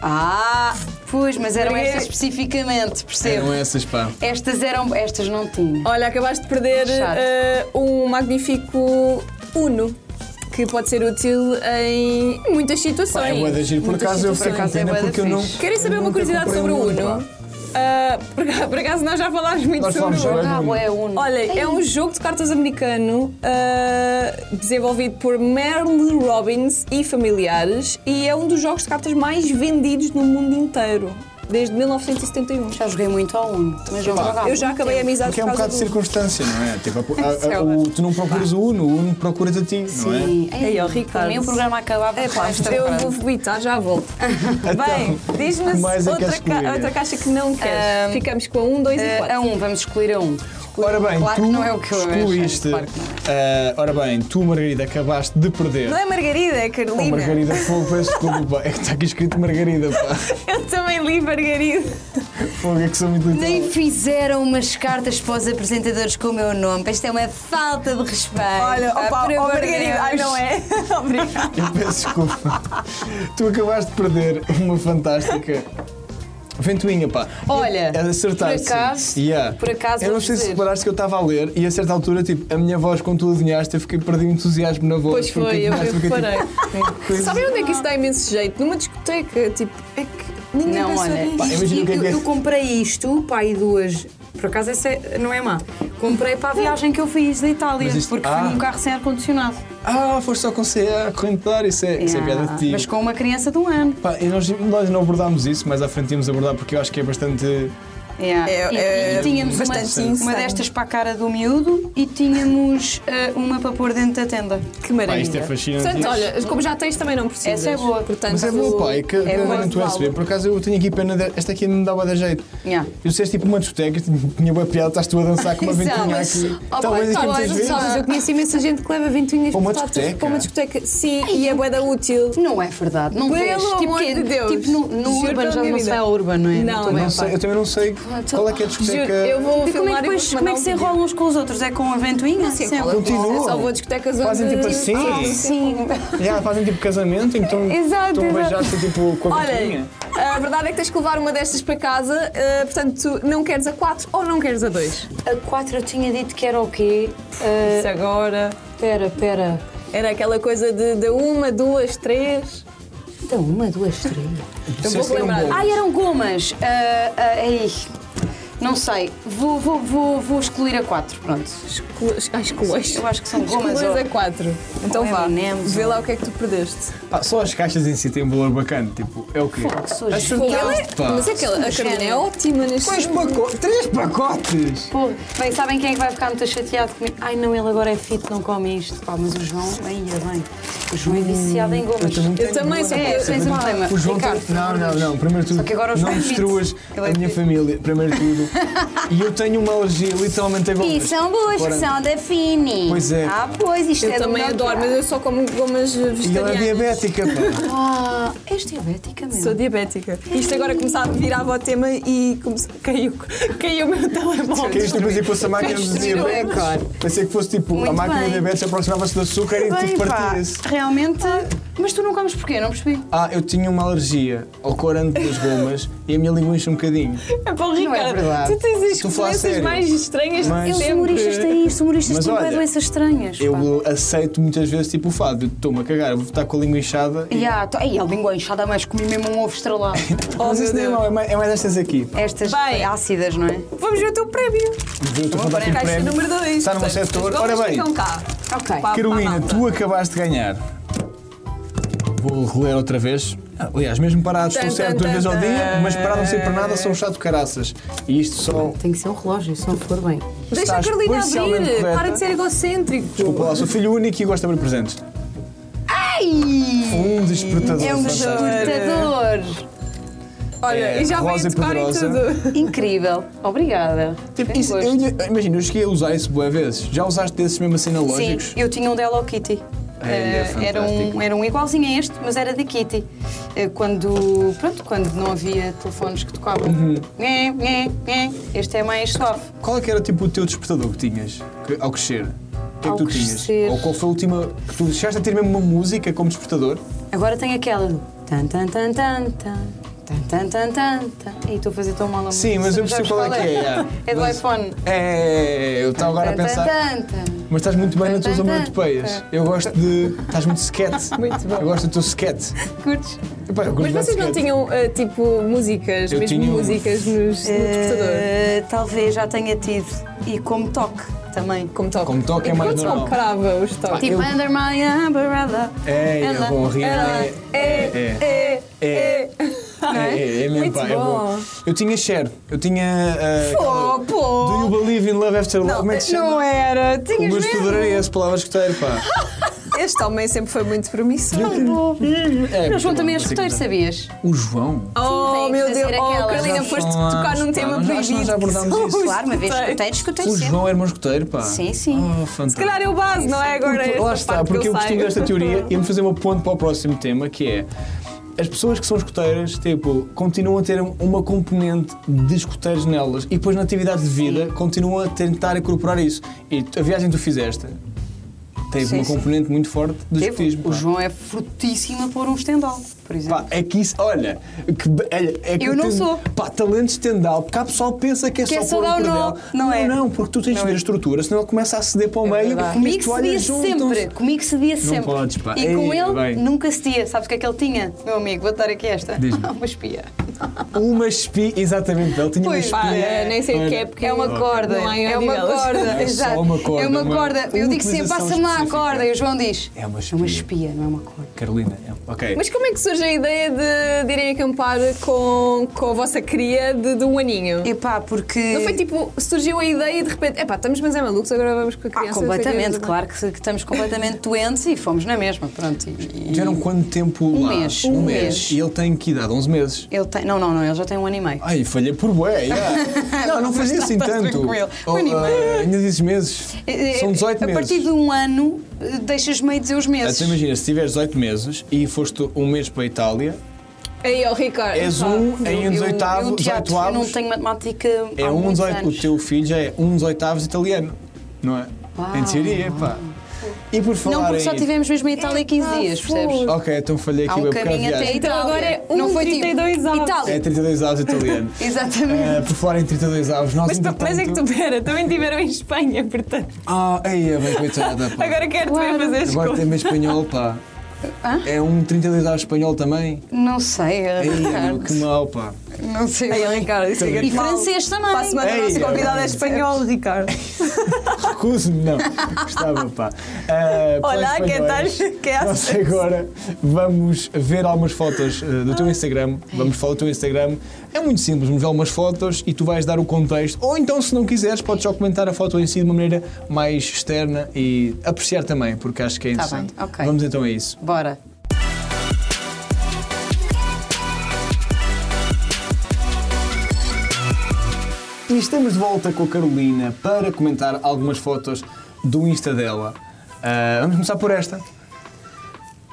S3: Ah, pois, mas eram
S2: Porque-
S3: estas especificamente, percebo.
S1: Eram essas, pá.
S3: Estas eram. Estas não tinha.
S2: Olha, acabaste de perder
S3: Chato.
S2: eh, um magnífico Uno. Que pode ser útil em muitas
S1: É
S2: situações.
S1: bué de agir. Por
S2: Muitas
S1: acaso eu
S2: situações.
S1: fico
S3: acaso é
S1: pena
S3: bué de
S1: porque eu não.
S3: fixe.
S2: Querem saber
S1: eu
S2: uma
S1: nunca
S2: curiosidade
S1: comprei
S2: sobre o
S1: um pá.
S2: Uno? Ah, por, aca- por acaso nós já falámos muito
S1: Nós né?
S2: sobre
S1: falámos
S2: o Uno.
S1: sobre
S3: Ah,
S1: Uno.
S3: é uno.
S2: Olha, é um jogo de cartas americano ah, desenvolvido por Merle Robbins e familiares e é um dos jogos de cartas mais vendidos no mundo inteiro, desde 1971.
S3: Já joguei muito ao uno, mas não jogava.
S2: Eu já acabei a amizade
S1: Porque é
S2: por
S1: um
S2: causa
S1: bocado de
S2: do Uno.
S1: circunstância, não é? Tipo, a- a- a-
S3: Sei lá.
S1: o- tu não procuras o Uno, o Uno procura-te a ti, não é?
S3: Sim. Ai,
S2: Ei, ó,
S3: Para mim
S2: Ricardo.
S3: o programa acabava
S2: É
S3: com
S2: pá,
S3: esta
S2: eu
S3: frase.
S2: vou vomitar, já volto. Bem, diz-nos
S1: Então, que mais é que
S2: outra,
S1: queres comer?
S2: ca- outra caixa que não queres.
S3: Ahm,
S2: Ficamos com a 1, 2 e
S3: Eh,
S2: 4.
S3: a um, vamos escolher a um.
S1: Ora bem,
S3: claro
S1: tu
S3: que não é o que eu achei,
S1: excluíste.
S3: claro que não.
S1: Ah, ora bem, tu, Margarida, acabaste de perder.
S2: Não é Margarida, é
S1: Oh,
S2: Carolina.
S1: Margarida, fogo, peço desculpa. pá. É que está aqui escrito Margarida, pá.
S2: Eu também li Margarida.
S1: Fogo, é que sou muito literal.
S4: Nem fizeram umas cartas para os apresentadores com o meu nome. Isto é uma falta de respeito.
S2: Olha,
S4: Pá,
S2: opa,
S4: por
S2: oh,
S4: amor de
S2: Margarida.
S4: Deus.
S2: Ai, não é? [laughs] Obrigada.
S1: Eu peço desculpa. tu acabaste de perder uma fantástica. Ventoinha, pá.
S3: Olha,
S1: É acertaste.
S3: por acaso-
S1: Yeah.
S3: por acaso
S1: Eu não
S3: vou
S1: sei se
S3: dizer.
S1: reparaste que eu estava a ler e a certa altura, tipo, a minha voz, quando tu adivinhaste, eu fiquei perdi o entusiasmo na voz.
S2: Pois foi, eu- eu
S1: tipo,
S2: reparei.
S1: Coisa...
S2: Sabem onde é que isso dá imenso jeito? Numa discoteca, tipo, é que ninguém
S3: Não,
S2: pensa
S3: olha,
S2: nisto.
S1: Pá, imagina o que é
S4: eu,
S1: que é.
S4: eu comprei isto, pá, e duas. Por acaso essa é- não é má. Comprei para a viagem que eu fiz da Itália,
S1: Mas isto-
S4: porque
S1: Ah.
S4: fui num carro sem ar-condicionado.
S1: Ah, foste só com CA, corrente de ar, isso é, isso é piada de ti.
S3: Mas com uma criança de um ano.
S1: Pá, e nós, nós não abordámos isso, mas à frente íamos abordar porque eu acho que é bastante.
S2: É-
S3: Yeah. E- e,
S2: é
S3: tínhamos uma,
S2: bastante
S3: uma
S2: insano.
S3: destas para a cara do miúdo e tínhamos eh, uma para pôr dentro da tenda.
S2: Que maravilha.
S1: Pá, isto é fascinante.
S2: Portanto, olha, como já tens, também não precisas.
S3: Essa é boa.
S2: Portanto,
S1: Mas é bom, pá, é que é
S2: bom
S1: não tu USB.
S2: levá-lo.
S1: Por acaso eu tenho aqui pena, de, esta aqui não me dava da jeito.
S3: Yeah.
S1: Eu disseste tipo uma discoteca, tinha boa piada, estás tu a dançar com uma
S2: Exato.
S1: ventinha
S2: Mas-
S1: aqui. tá,
S2: Oh,
S1: Talvez
S2: pá,
S1: aqui muitas
S2: sabes, sabes, eu
S1: vezes.
S2: conheço imensa gente que leva ventoinhas
S1: Para uma
S2: portáteis
S1: discoteca?
S2: para uma discoteca. Sim, e é boeda útil.
S3: Não é verdade, não
S2: Pelo
S3: vês. tipo,
S2: amor
S3: que é-
S2: de Deus.
S3: Tipo, no, no
S2: Juro
S3: Urban
S2: pela
S3: já
S2: minha
S3: não se
S2: vida.
S3: vai ao Urban, não é?
S2: Não,
S3: Também,
S1: Não
S3: pá.
S1: sei, eu também não sei qual é que é a
S2: Ah, tá Juro,
S1: discoteca.
S2: eu vou
S3: E como é
S2: filmar e vou um
S3: que, depois, como é que se enrolam uns com os outros? É com a ventoinha?
S2: Sim,
S3: Sempre.
S2: qual é o
S1: Continuam.
S2: processo? Só vou a discotecas onde...
S1: Fazem tipo assim?
S3: Sim.
S1: Já fazem tipo casamento, então
S2: [laughs] Exato,
S1: estão a
S2: exato.
S1: beijar-se tipo com a
S2: Olha,
S1: ventinha.
S2: a verdade é que tens que levar uma destas para casa, eh, portanto, tu não queres a 4 ou não queres a 2?
S3: A 4 eu tinha dito que era o quê? Ah,
S2: agora.
S3: Pera, pera.
S2: Era aquela coisa de, de uma, duas, três.
S3: Então, uma, duas, três.
S1: Eu
S2: vou lembrar.
S3: Ai, eram gomas. Ah, ah, ai. Não sei. Vou, vou, vou, vou escolher a 4, pronto.
S2: As coisas.
S3: Eu acho que são gomas.
S2: Escolhas
S3: ou-
S2: a 4. Então
S3: Ou
S2: vá,
S3: M&Ms,
S2: vê
S3: ou-
S2: lá o que é que tu perdeste.
S1: Pá, só as caixas em si têm um valor bacana, tipo, é o quê?
S3: Fogo, que sujo.
S2: Ela é-
S1: Acertaste, pá.
S2: mas aquela, a Carolina é ótima neste
S1: Três pacotes! Três pacotes!
S3: Porra, bem, sabem quem é que vai ficar muito chateado comigo? Ai não, ele agora é fit, não come isto. Pá, mas o João, aí é bem. O João
S1: Hum,
S3: é viciado em gomas.
S2: Eu também sou
S3: É, tens um problema.
S1: O João tem-
S3: Ricardo,
S1: Não, não, não. Primeiro de tudo,
S3: Só que agora o João
S1: não
S3: é fit.
S1: destruas
S3: Ele é
S1: a minha
S3: fit.
S1: família. Primeiro de tudo, e eu tenho uma alergia literalmente igual.
S3: E são boas, que são da Fini.
S1: Pois é.
S3: Ah, pois, isto
S2: Eu
S3: é do
S2: também
S3: meu
S2: adoro, mas eu só como gomas
S1: E ela é
S2: vegetarianas.
S1: diabética, pá.
S4: Ah, és diabética mesmo.
S2: Sou diabética. Isto agora começava, virava o tema e come... caiu, caiu o meu telemóvel.
S1: Querias tu dizer que é fosse a máquina dos
S3: Destruiu.
S1: diabetes? Pensei que fosse tipo, a
S3: um Muito
S1: máquina
S3: bem.
S1: dos diabetes aproximava-se do açúcar e
S3: Bem,
S1: tipo
S3: pá,
S1: partia-se.
S3: realmente. Mas tu não comes porquê? Não percebi.
S1: Ah, eu tinha uma alergia ao corante das gomas e a minha língua enche um bocadinho.
S2: É para o
S3: Não é
S2: Ricardo.
S1: verdade.
S2: tu tens as
S1: Estou a falar
S2: experiências
S1: sério.
S2: mais estranhas
S1: Mas-
S2: de
S3: Os
S1: Sempre.
S3: humoristas têm é isso, os humoristas
S1: Mas
S3: têm bué
S1: olha,
S3: doenças estranhas. pá.
S1: Eu aceito muitas vezes tipo o fado, eu estou-me a cagar, vou estar com a língua inchada. e-
S3: Ya, tô- Ei, a língua inchada, mas comi mesmo um ovo estrelado.
S1: [laughs] Mas
S2: meu
S1: isso não é
S2: Deus.
S1: mau, é mais, é mais estas aqui. pá.
S3: Estas
S2: Bem.
S3: ácidas, não é?
S2: Vamos ver o teu prémio.
S1: Eu estou a contar aqui o
S2: Caixa
S1: prémio.
S2: número 2.
S1: Está num setor. Ora bem,
S2: Ficam então cá.
S3: Ok.
S2: Pá,
S1: Carolina,
S2: pá, pá.
S1: tu acabaste de ganhar. Vou reler outra vez. Ah, Aliás, mesmo parados, estou
S2: Tan,
S1: certo
S2: tan,
S1: duas vezes ao
S2: tan,
S1: dia,
S2: tan.
S1: mas parados não ser para nada, são um chato de caraças. E isto só.
S4: Tem que ser um relógio, se não for bem.
S2: Deixa a
S1: Estás
S2: Carolina
S1: parcialmente
S2: abrir.
S1: correta.
S2: Para de ser egocêntrico.
S1: Desculpa lá, sou filho único e gosto de abrir presentes.
S3: Ai!
S1: Um despertador.
S3: É um
S1: fantástico.
S3: despertador!
S2: Olha,
S1: É,
S2: e já vem
S1: rosa e
S2: tocar e
S1: poderosa.
S2: tudo.
S3: Incrível! Obrigada!
S1: Tipo,
S3: Tem
S1: isso-
S3: É um gosto.
S1: eu ainda- imagina, eu cheguei a usar isso boas vezes. Já usaste desses mesmo assim
S3: Sim,
S1: analógicos?
S3: eu tinha um da Hello Kitty.
S1: Ai, é
S3: Eh, era, um,
S1: fantástico.
S3: era um igualzinho a este, mas era de Kitty. Eh, Quando, pronto, quando não havia telefones que tocavam.
S1: Uhum.
S3: Nhé, nhé, nhé. Este é mais suave.
S1: Qual é que era tipo o teu despertador que tinhas que- ao crescer? O que é
S3: Ao
S1: que tu
S3: crescer.
S1: tinhas? Ou qual foi a última que tu deixaste a ter mesmo uma música como despertador?
S3: Agora tem aquela do tan tan tan tan tan tan tan tan tan tan. E estou a fazer tão mal a
S1: Sim,
S3: música,
S1: mas eu
S3: sabes
S1: percebo qual é que é. yeah.
S3: É do
S1: Mas-
S3: iPhone.
S1: É, eu estava agora a
S3: Tan, tan,
S1: pensar.
S3: tan, tan.
S1: Mas estás muito bem na tua
S3: Tan,
S1: zona
S3: tan, Tá.
S1: de peias.
S3: tan.
S1: Eu gosto de. Estás muito
S3: [laughs]
S1: skate.
S2: Muito bom.
S1: Eu gosto do teu skate.
S3: Curtes?
S1: Epá, eu
S2: Mas
S1: gosto bué de
S2: vocês não
S1: skate.
S2: tinham, ah, tipo, músicas,
S1: Eu
S2: mesmo
S1: tinha um-
S2: músicas nos, no despertador?
S3: Eh, Talvez já tenha tido. E como toque também.
S2: Como toque.
S1: Como toque é
S2: E
S1: mais
S2: quando se
S1: normal.
S2: comparava os toques?
S3: Tipo
S1: eu-
S3: Under My Umbrella.
S1: É, é
S3: Ela,
S1: bom, rir.
S3: ela,
S1: É, é, é. é.
S3: não
S1: É, é,
S3: é?
S1: é mesmo,
S2: Muito
S1: pá, é
S2: bom.
S1: bom. Eu tinha Cher, eu tinha. ah, aquela-
S3: Pô, pô.
S1: Do you believe in love after love?
S2: Não,
S1: Como é que se chama?
S2: não
S1: O
S2: era. Tinhas
S1: meu
S2: mesmo.
S1: estudador é esse, palavras que tenho, pá.
S2: Este homem sempre foi muito promissor.
S1: É,
S3: Não, João
S1: muito
S3: também é
S1: bom,
S3: escuteiro,
S1: assim,
S3: sabias?
S1: O João?
S2: Oh,
S3: tem que
S2: meu
S3: fazer
S2: Deus. Oh,
S3: aquela.
S2: Carolina,
S1: Já
S2: foste
S1: falámos,
S2: tocar num
S1: pá,
S2: tema
S1: nós já-
S2: proibido.
S1: acho que nós já abordámos
S2: São
S1: isso.
S2: os
S3: Claro, uma vez
S2: escuteiros.
S3: escuteiro, escutei
S1: O
S3: sempre.
S1: João era meu escuteiro, pá.
S3: Sim, sim.
S1: Oh,
S2: Se
S1: fantástico.
S2: calhar é o base, não é agora?
S1: Porque-
S2: esta
S1: lá está,
S2: parte que
S1: porque eu
S2: saio.
S1: costumo desta
S3: [laughs]
S1: teoria e me fazer uma ponte para o próximo tema, que é as pessoas que são escuteiras, tipo, continuam a ter uma componente de escuteiros nelas e depois na atividade de vida continuam a tentar incorporar isso. E a viagem que tu fizeste teve
S3: Sim,
S1: uma
S3: sim.
S1: componente muito forte de
S3: Teve.
S1: escutismo.
S3: O
S1: pá.
S3: João é fortíssimo a pôr um estendal, por exemplo.
S1: Pá, é que isso, olha, que be- olha, é que
S3: Eu não
S1: tem-
S3: sou.
S1: Pá, talento estendal, porque há pessoal que pensa que é
S3: Que é
S1: só pôr
S3: só
S1: um
S3: dar o nó.
S1: cordel.
S3: Não é.
S1: Não, porque tu tens de ver a estrutura, senão ele começa a ceder para o meio
S3: verdade.
S1: e é as
S3: Comigo se dia
S1: toalhas juntam
S3: sempre. Comigo se dia sempre.
S1: podes, pá.
S3: E com
S1: Ei,
S3: ele
S1: bem.
S3: nunca se dia. Sabes o que é que ele tinha? Meu amigo, vou dar aqui esta.
S1: Diz-me.
S3: [laughs] Uma espia.
S1: Uma espia, exatamente, ele tinha uma
S3: Pois,
S1: espia.
S2: [laughs] Pá, é, nem sei o que é, porque
S3: É uma corda.
S2: não há
S3: É uma
S2: nível.
S1: Não
S3: corda.
S1: é
S3: Exato.
S1: só uma corda,
S3: É uma
S1: uma
S3: corda. Eu digo
S1: utilização
S3: sempre, passa-me lá a
S1: específica.
S3: corda. E o João diz.
S1: É uma
S3: É uma
S1: espia."
S3: espia, não é uma corda.
S1: Carolina, é- ok.
S2: Mas como é que surge a ideia de, de irem acampar com, com a vossa cria de, de um aninho?
S3: Epá, porque.
S2: Não foi tipo, surgiu a ideia e de repente, epá, estamos mas é malucos, agora vamos com a
S3: Ah,
S2: criança.
S3: completamente,
S2: não é? sei o quê.
S3: claro que, que estamos completamente
S2: [laughs]
S3: doentes e fomos na mesma, pronto. E, e-
S1: Tiveram quanto tempo
S3: Um
S1: lá?
S3: mês,
S1: Um,
S3: um
S1: mês.
S3: mês.
S1: E ele tem que idade? 11 meses?
S3: Ele tem, não, não, não, ele já tem um ano e meio.
S1: Ai, falhei por
S3: [laughs]
S1: bué, yeah. Não, não fazia assim
S3: Tá
S1: tanto.
S3: tranquilo.
S1: Oh,
S3: Um animal.
S1: ah, Ainda dizes meses? São 18
S3: É, Eh, a
S1: meses.
S3: partir de um ano, eh, deixas meio dizer os meses.
S1: Então imagina, se tiveres 18 meses e foste um mês para a Itália,
S2: Aí, ó, Ricardo.
S1: és
S2: pá.
S1: um em um
S3: Eu- eu-
S1: dezoitavo,
S3: eu,
S1: 18
S3: teatro, eu não
S1: avos.
S3: tenho matemática
S1: É
S3: há
S1: um
S3: muitos
S1: 18, o
S3: anos.
S1: teu filho já é um 18 avos italiano, não é?
S3: Uau.
S1: Em teoria, pá. E por falar
S3: Não, porque
S1: em...
S3: só tivemos mesmo em Itália 15 dias, percebes?
S1: Ok, então falhei
S3: Há
S1: aqui
S3: um
S1: bem, porque era
S3: caminho até
S1: viagem.
S2: Então
S3: Itália.
S2: agora é um
S3: não foi tipo
S2: 32 avos.
S3: Itália.
S1: É 32 avos italiano.
S3: Exatamente.
S1: Eh, por falar em 32 avos, nós
S2: Mas, tu-
S1: entretanto...
S2: mas é que tu pera, também tiveram em Espanha, portanto.
S1: Ah, aí é bem coitada, pá.
S2: Agora quero também
S3: Claro.
S2: fazer as
S1: Agora
S2: contas.
S1: tem meio espanhol, pá.
S3: Hã?
S1: É um 32 avos espanhol também.
S2: Tá
S3: Não sei, eh,
S1: é- Ei, meu,
S3: Ricardo.
S1: que mal, pá.
S3: Não sei.
S2: Aí, ó, Ricardo, isso é
S3: E
S2: grande mal.
S3: francês também.
S2: Para a semana,
S1: Ei,
S2: o nosso
S1: é
S2: convidado é
S1: bem.
S2: espanhol, Ricardo.
S1: Recuso-me, não. Gostava, pá. Eh,
S2: Olá,
S1: para
S2: que é tal?
S1: espanhóis,
S2: Que
S1: Nós
S2: haces?
S1: agora vamos ver algumas fotos eh, do
S2: Ah.
S1: teu Instagram. Vamos falar do teu Instagram. É muito simples, vamos ver algumas fotos e tu vais dar o contexto. Ou então, se não quiseres, podes só comentar a foto em si de uma maneira mais externa e apreciar também, porque acho que é
S3: Tá
S1: interessante.
S3: bem, ok.
S1: Vamos então a isso.
S3: Bora.
S2: E
S1: estamos de volta com a Carolina para comentar algumas fotos do Insta dela. Ah, vamos começar por esta.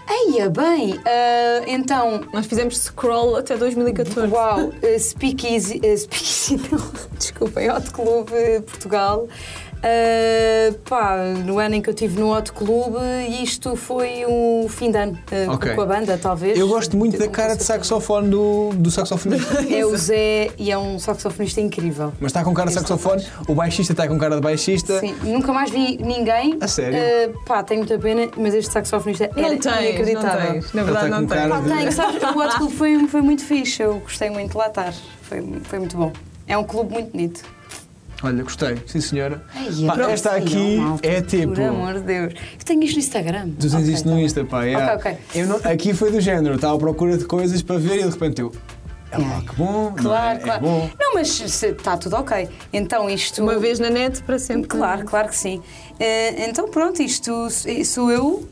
S3: Eia, bem, ah, então.
S2: Nós fizemos scroll até 2014.
S3: Uau, eh, Speakeasy, eh, speakeasy [laughs] não, desculpem, Hot Club eh, Portugal. Ah, pá, no ano em que eu estive no Hot Club, isto foi o fim de ano, eh,
S1: Ok.
S3: com a banda, talvez.
S1: Eu gosto muito da
S3: Não
S1: cara de
S3: sei.
S1: saxofone do, do saxofonista.
S3: [laughs] É o Zé e é um saxofonista incrível.
S1: Mas está com cara de
S3: Este
S1: saxofone, o baixista está com cara de baixista.
S3: Sim, nunca mais vi ninguém.
S1: A sério?
S3: Eh, pá, tenho muita pena, mas este saxofonista
S2: Não
S3: era
S2: tens, não
S3: inacreditável.
S2: tens. Na
S1: Ele
S2: verdade,
S1: tá com
S2: não tens.
S1: cara
S3: Pá,
S1: de-
S3: tenho, sabes? O Hot Club foi, foi muito fixe, eu gostei muito de lá estar. Foi, foi muito bom. É um clube muito bonito.
S1: Olha, gostei, sim senhora.
S3: Ai, é
S1: Pá,
S3: pronto,
S1: esta
S3: sim,
S1: aqui
S3: não, malta,
S1: é tipo.
S3: Por amor de Deus. Eu tenho isto no Instagram.
S1: Tu tens
S3: Ok,
S1: isto
S3: tá
S1: no
S3: bem.
S1: Insta, pá. é.
S3: Ok, ok.
S1: Eu não- aqui foi do género, estava à procura de coisas para ver e de repente eu. Ah,
S3: Yeah.
S1: que bom, não
S3: Claro,
S1: é?
S3: claro.
S1: É bom.
S3: Não, mas está tudo ok. Então isto.
S2: Uma vez na net, para sempre.
S3: Claro, claro que sim. Eh, então pronto, isto sou eu,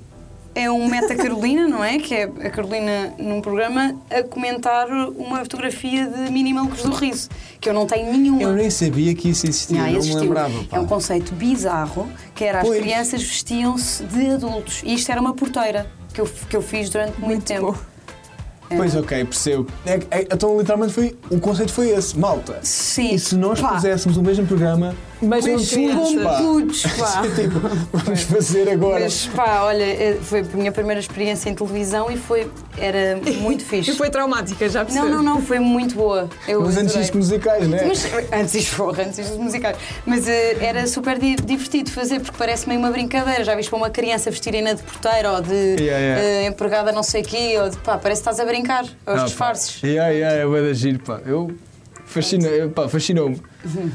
S3: é um Meta Carolina, não é? Que é a Carolina num programa a comentar uma fotografia de Mini Malucos do Riso, que eu não tenho nenhuma.
S1: Eu nem sabia que isso existia,
S3: Ah,
S1: não me
S3: existiu.
S1: lembrava. Pá.
S3: É um conceito bizarro, que era
S1: Pois.
S3: as crianças vestiam-se de adultos. E isto era uma porteira que eu, que eu fiz durante muito, tempo.
S1: Pois ok, percebo. É que- é- então literalmente foi. O conceito foi esse, malta.
S3: Sim.
S1: E se nós
S3: Pá,
S1: fizéssemos o mesmo programa,
S2: Mas não
S1: com
S2: crianças.
S1: putos, pá.
S3: putos, pá.
S1: [laughs] tipo, vamos fazer agora.
S3: Mas pá, olha, eh, foi a minha primeira experiência em televisão e foi,
S1: [laughs]
S3: era muito fixe.
S2: E foi traumática, já
S3: Não,
S2: percebi.
S3: não, não, foi muito boa. Eu
S1: Mas antes
S3: adorei.
S1: discos musicais, né?
S3: Mas, antes isto porra, antes isto musicais. Mas eh, era super di- divertido fazer, porque parece meio uma brincadeira. Já viste para uma criança vestirem-na de porteira ou de
S1: Yeah, yeah.
S3: eh, empregada não sei quê, ou de pá, parece que estás a brincar aos
S1: Ah,
S3: disfarces.
S1: Pá. Yeah, yeah, é bué da giro, pá. Eu fascina, eu, pá, fascinou-me.